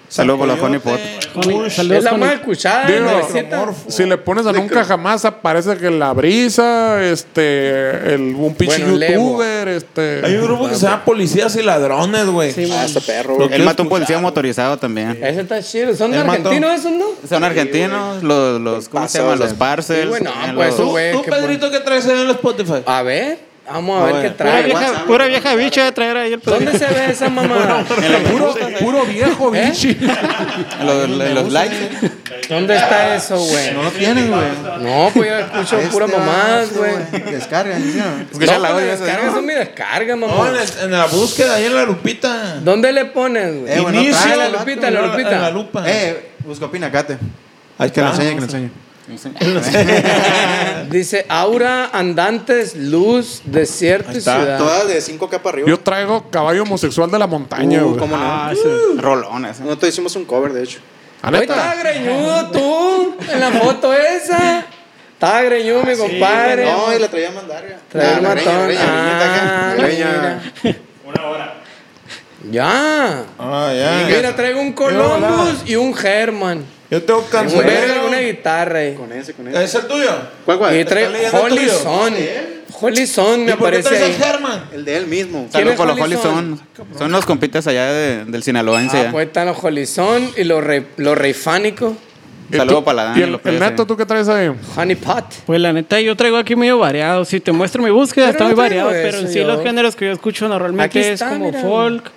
F: Saludos por la
B: Sacoyote,
E: Honey- saludos
C: Es la
E: con
C: más
E: el-
C: escuchada.
A: Digo,
C: nuevecita.
A: Si le pones a nunca jamás aparece que la brisa, este, el, un pinche
C: Bueno, Levo.
A: youtuber,
B: Hay
A: este.
B: un grupo que se llama Policías y Ladrones, güey.
C: Este
G: Ah, está perro.
B: Lo
G: güey.
F: Él
B: quiero
F: mató a un policía
B: escuchar.
F: motorizado también.
C: Ese está chido. ¿Son de
B: El matón.
C: argentinos esos, no?
F: Son argentinos, los, los ¿cómo se llaman?
G: Pasos,
F: Los
G: eh.
F: parcels.
C: Sí, bueno,
F: también
C: pues,
F: los-
C: tú,
B: ¿Tú,
C: güey,
B: tú,
C: qué Ah,
B: Pedrito, qué traes ahí en el Spotify?
C: A ver. Vamos a
B: A
C: ver,
B: ver.
C: qué
E: Pura
C: trae.
E: vieja, pura vieja bicha de traer ahí el
C: ¿Dónde
E: pedrito.
C: se ve esa mamá?
A: Puro, puro viejo,
C: ¿Eh?
A: bichi.
F: los, los- los likes.
C: ¿Dónde está eso, güey?
D: No lo tienen, güey.
C: No, pues yo escucho pura
D: Este,
C: mamá,
D: ah,
C: güey.
D: Descargan, ¿sí o no?
F: Escucha
C: No,
F: la
C: pues
F: audio
C: las
F: esa,
C: cargas
F: ¿no?
C: son mi descarga, mamá.
B: No, en, el- en la búsqueda, ahí en la lupita.
C: ¿Dónde le pones, güey?
D: Eh, bueno,
C: Inicio.
D: trae
C: la
D: el vato,
C: lupita, la
B: En
C: lupita.
B: en la lupa.
D: Eh, busco pinacate.
B: Ahí
D: Que lo
B: está.
D: enseñe, que lo enseñe.
C: Dice aura, andantes, luz, desierto y ciudad.
G: Todas de 5K para arriba.
A: Yo traigo caballo homosexual de la montaña,
G: Uh,
A: güey.
G: cómo no.
E: Ah, ese-
F: Rolones. eh. ¿no?
G: Nosotros hicimos un cover, de hecho.
A: ¿A
C: Hoy
A: neta?
C: está greñudo tú en la foto esa. Está greñudo
B: Ah,
C: mi compadre.
G: No, y la traía a mandar.
C: Trae el
G: la
C: matón.
G: greña,
C: Ah,
G: la greña, la greña, la greña.
C: mira. Ya.
B: Ah, ya.
C: Mira, traigo un Columbus y un Herman.
B: Yo tengo
C: Un verga
B: cancelero.
C: una guitarra. eh.
G: Con ese, con ese.
B: ¿Es el tuyo?
G: ¿Cuál, cuál?
C: Y traigo
B: leyendo
C: Holy
B: tuyo.
C: Son. Holy Son me
B: ¿Y por qué
C: aparece
B: traes
C: ahí.
B: el Herman?
G: El de él mismo.
C: ¿Quién
F: Saludos
C: es
F: por los
C: Holly
F: Holly Son. Son los compitas allá de- del Sinaloense.
C: Ah, pues están los Holy Son y los, re, los reifánicos.
A: ¿Y
F: Saludos
A: tú-
F: para la Dani
A: ¿Y el,
F: López,
A: el neto
F: eh.
A: tú qué traes ahí?
C: Honey Pot.
E: Pues la neta, yo traigo aquí medio variado. Si te muestro mi búsqueda,
C: Pero
E: está
C: no
E: muy
C: traigo
E: variado. Pero en
C: eso
E: sí,
C: yo.
E: los géneros que yo escucho
C: Aquí
E: normalmente es
C: está,
E: como
C: mira.
E: folk.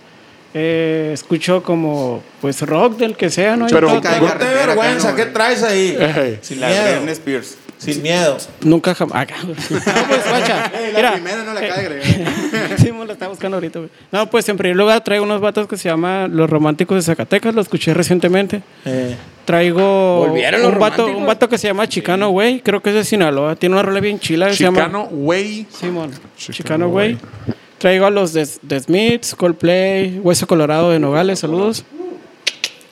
E: eh, escucho como pues rock del que sea, ¿no? Yo
A: Pero-
E: todo-
G: Cada
B: No te
G: carretera,
B: vergüenza,
G: acá,
B: ¿qué
G: no,
B: traes ahí?
A: Ey.
B: Sin
F: La Britney
B: miedo.
F: Spears.
B: Sin miedo.
E: Nunca jamás. Ah, cabrón. No, pues, guacha,
G: Eh, la
E: mira.
G: primera no la
E: Eh,
G: cague,
E: sí, me la estaba buscando ahorita, güey. No, pues en primer lugar traigo unos vatos que se llaman Los Románticos de Zacatecas, lo escuché recientemente.
B: Eh,
E: Traigo
C: Volvieron los
E: un, vato,
C: románticos.
E: un vato que se llama Chicano, güey. Creo que es de Sinaloa. Tiene una rola bien chila. que se llama-
A: Chicano, güey.
E: Simón. Chicano, güey. Traigo a los de, de Smiths, Coldplay, Hueso Colorado de Nogales, saludos.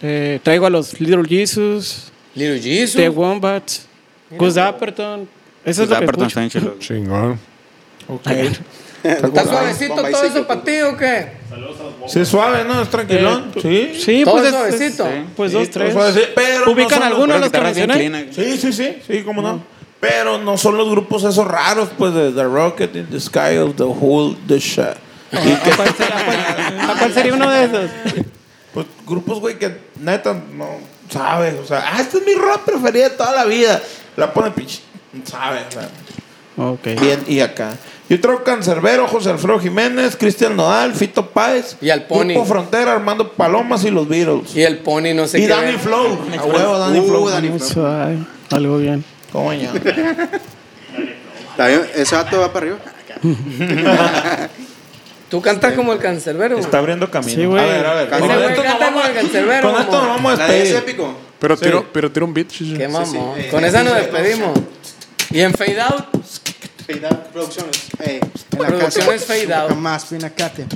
E: Eh, traigo a los Little Jesus,
C: Little Jesus.
E: The Wombats, Gus Dapperton. Eso es lo que
F: Perdón,
E: escucho.
F: está bien chulo.
A: Chingón.
C: ¿Está suavecito
G: Bombay
C: todo
G: Secret.
C: eso para ti o qué?
B: Sí, es suave, ¿no? Es tranquilón. Eh, Sí.
E: Sí,
C: Todo
E: pues, es-
C: suavecito.
E: es- pues dos, tres.
B: O sea, sí, pero
E: ¿Ubican
B: no son
E: alguno de los que
F: Guitarras bien
E: mencioné?
F: clean, eh.
B: Sí, sí, sí, sí, cómo no. Pero no son los grupos esos raros, pues, de The Rocket in the Sky of the Whole the Shot. Y que,
E: ¿A Ah, cuál sería- a cuál- a cuál sería uno de esos?
B: pues, grupos, güey, que neta no sabes. O sea, ah, este es mi rock preferida de toda la vida. La pone pinche. ¿Sabes? O sea,
E: Ok.
B: bien, y acá. Yo traigo Cancerbero, José Alfredo Jiménez, Cristian Nodal, Fito Páez.
C: Y al Pony.
B: Grupo Frontera, Armando Palomas y los Beatles.
C: Y el pony no sé
B: Y
C: qué.
B: Danny
C: ver.
B: Flow. A huevo, Danny
G: Uh,
B: Flow.
G: Danny
E: Muy
G: Flow.
E: suave, Algo bien.
B: Coño.
G: Está bien, Ese vato va para arriba.
C: Tú cantas como el cancerbero.
B: Está abriendo camino.
E: Sí, güey.
B: A ver, a ver.
C: Ese
B: Con
C: güey
B: esto nos
C: canta
B: vamos
C: como
B: a-
C: el cancerbero.
B: con esto nos
C: mamón.
B: vamos a
G: La de ese
B: despedir.
G: épico.
A: Pero tiro, pero tiro un beat. sí, sí.
C: Qué mamón. Con esa nos despedimos. Y en Fade Out,
G: Fade Out Producciones. Eh, en la
C: producciones
G: casa.
C: Fade Out.
D: Jamás pinacate.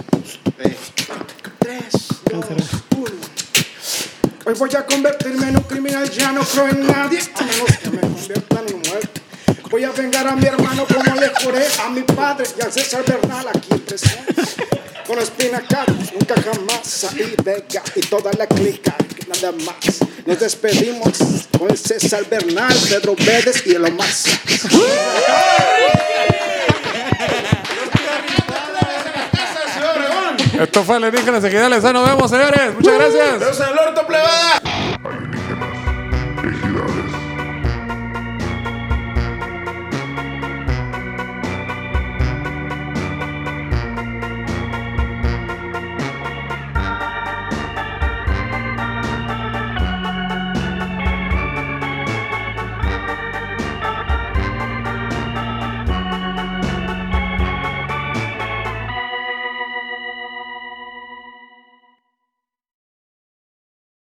G: Eh.
I: Hoy voy a convertirme en un criminal, ya no creo en nadie, a menos que me conviertan en muerto. Voy a vengar a mi hermano como le juré a mi padre y al César Bernal aquí presente. Con espinacar, nunca jamás salí Vega y toda la clica, nada más. Nos despedimos con el César Bernal, Pedro Vélez y el Omar. Sá.
A: Esto fue Alienígenas Seguidales. Ahí nos vemos, señores. Muchas gracias.
B: Dedos en el orto, plebe.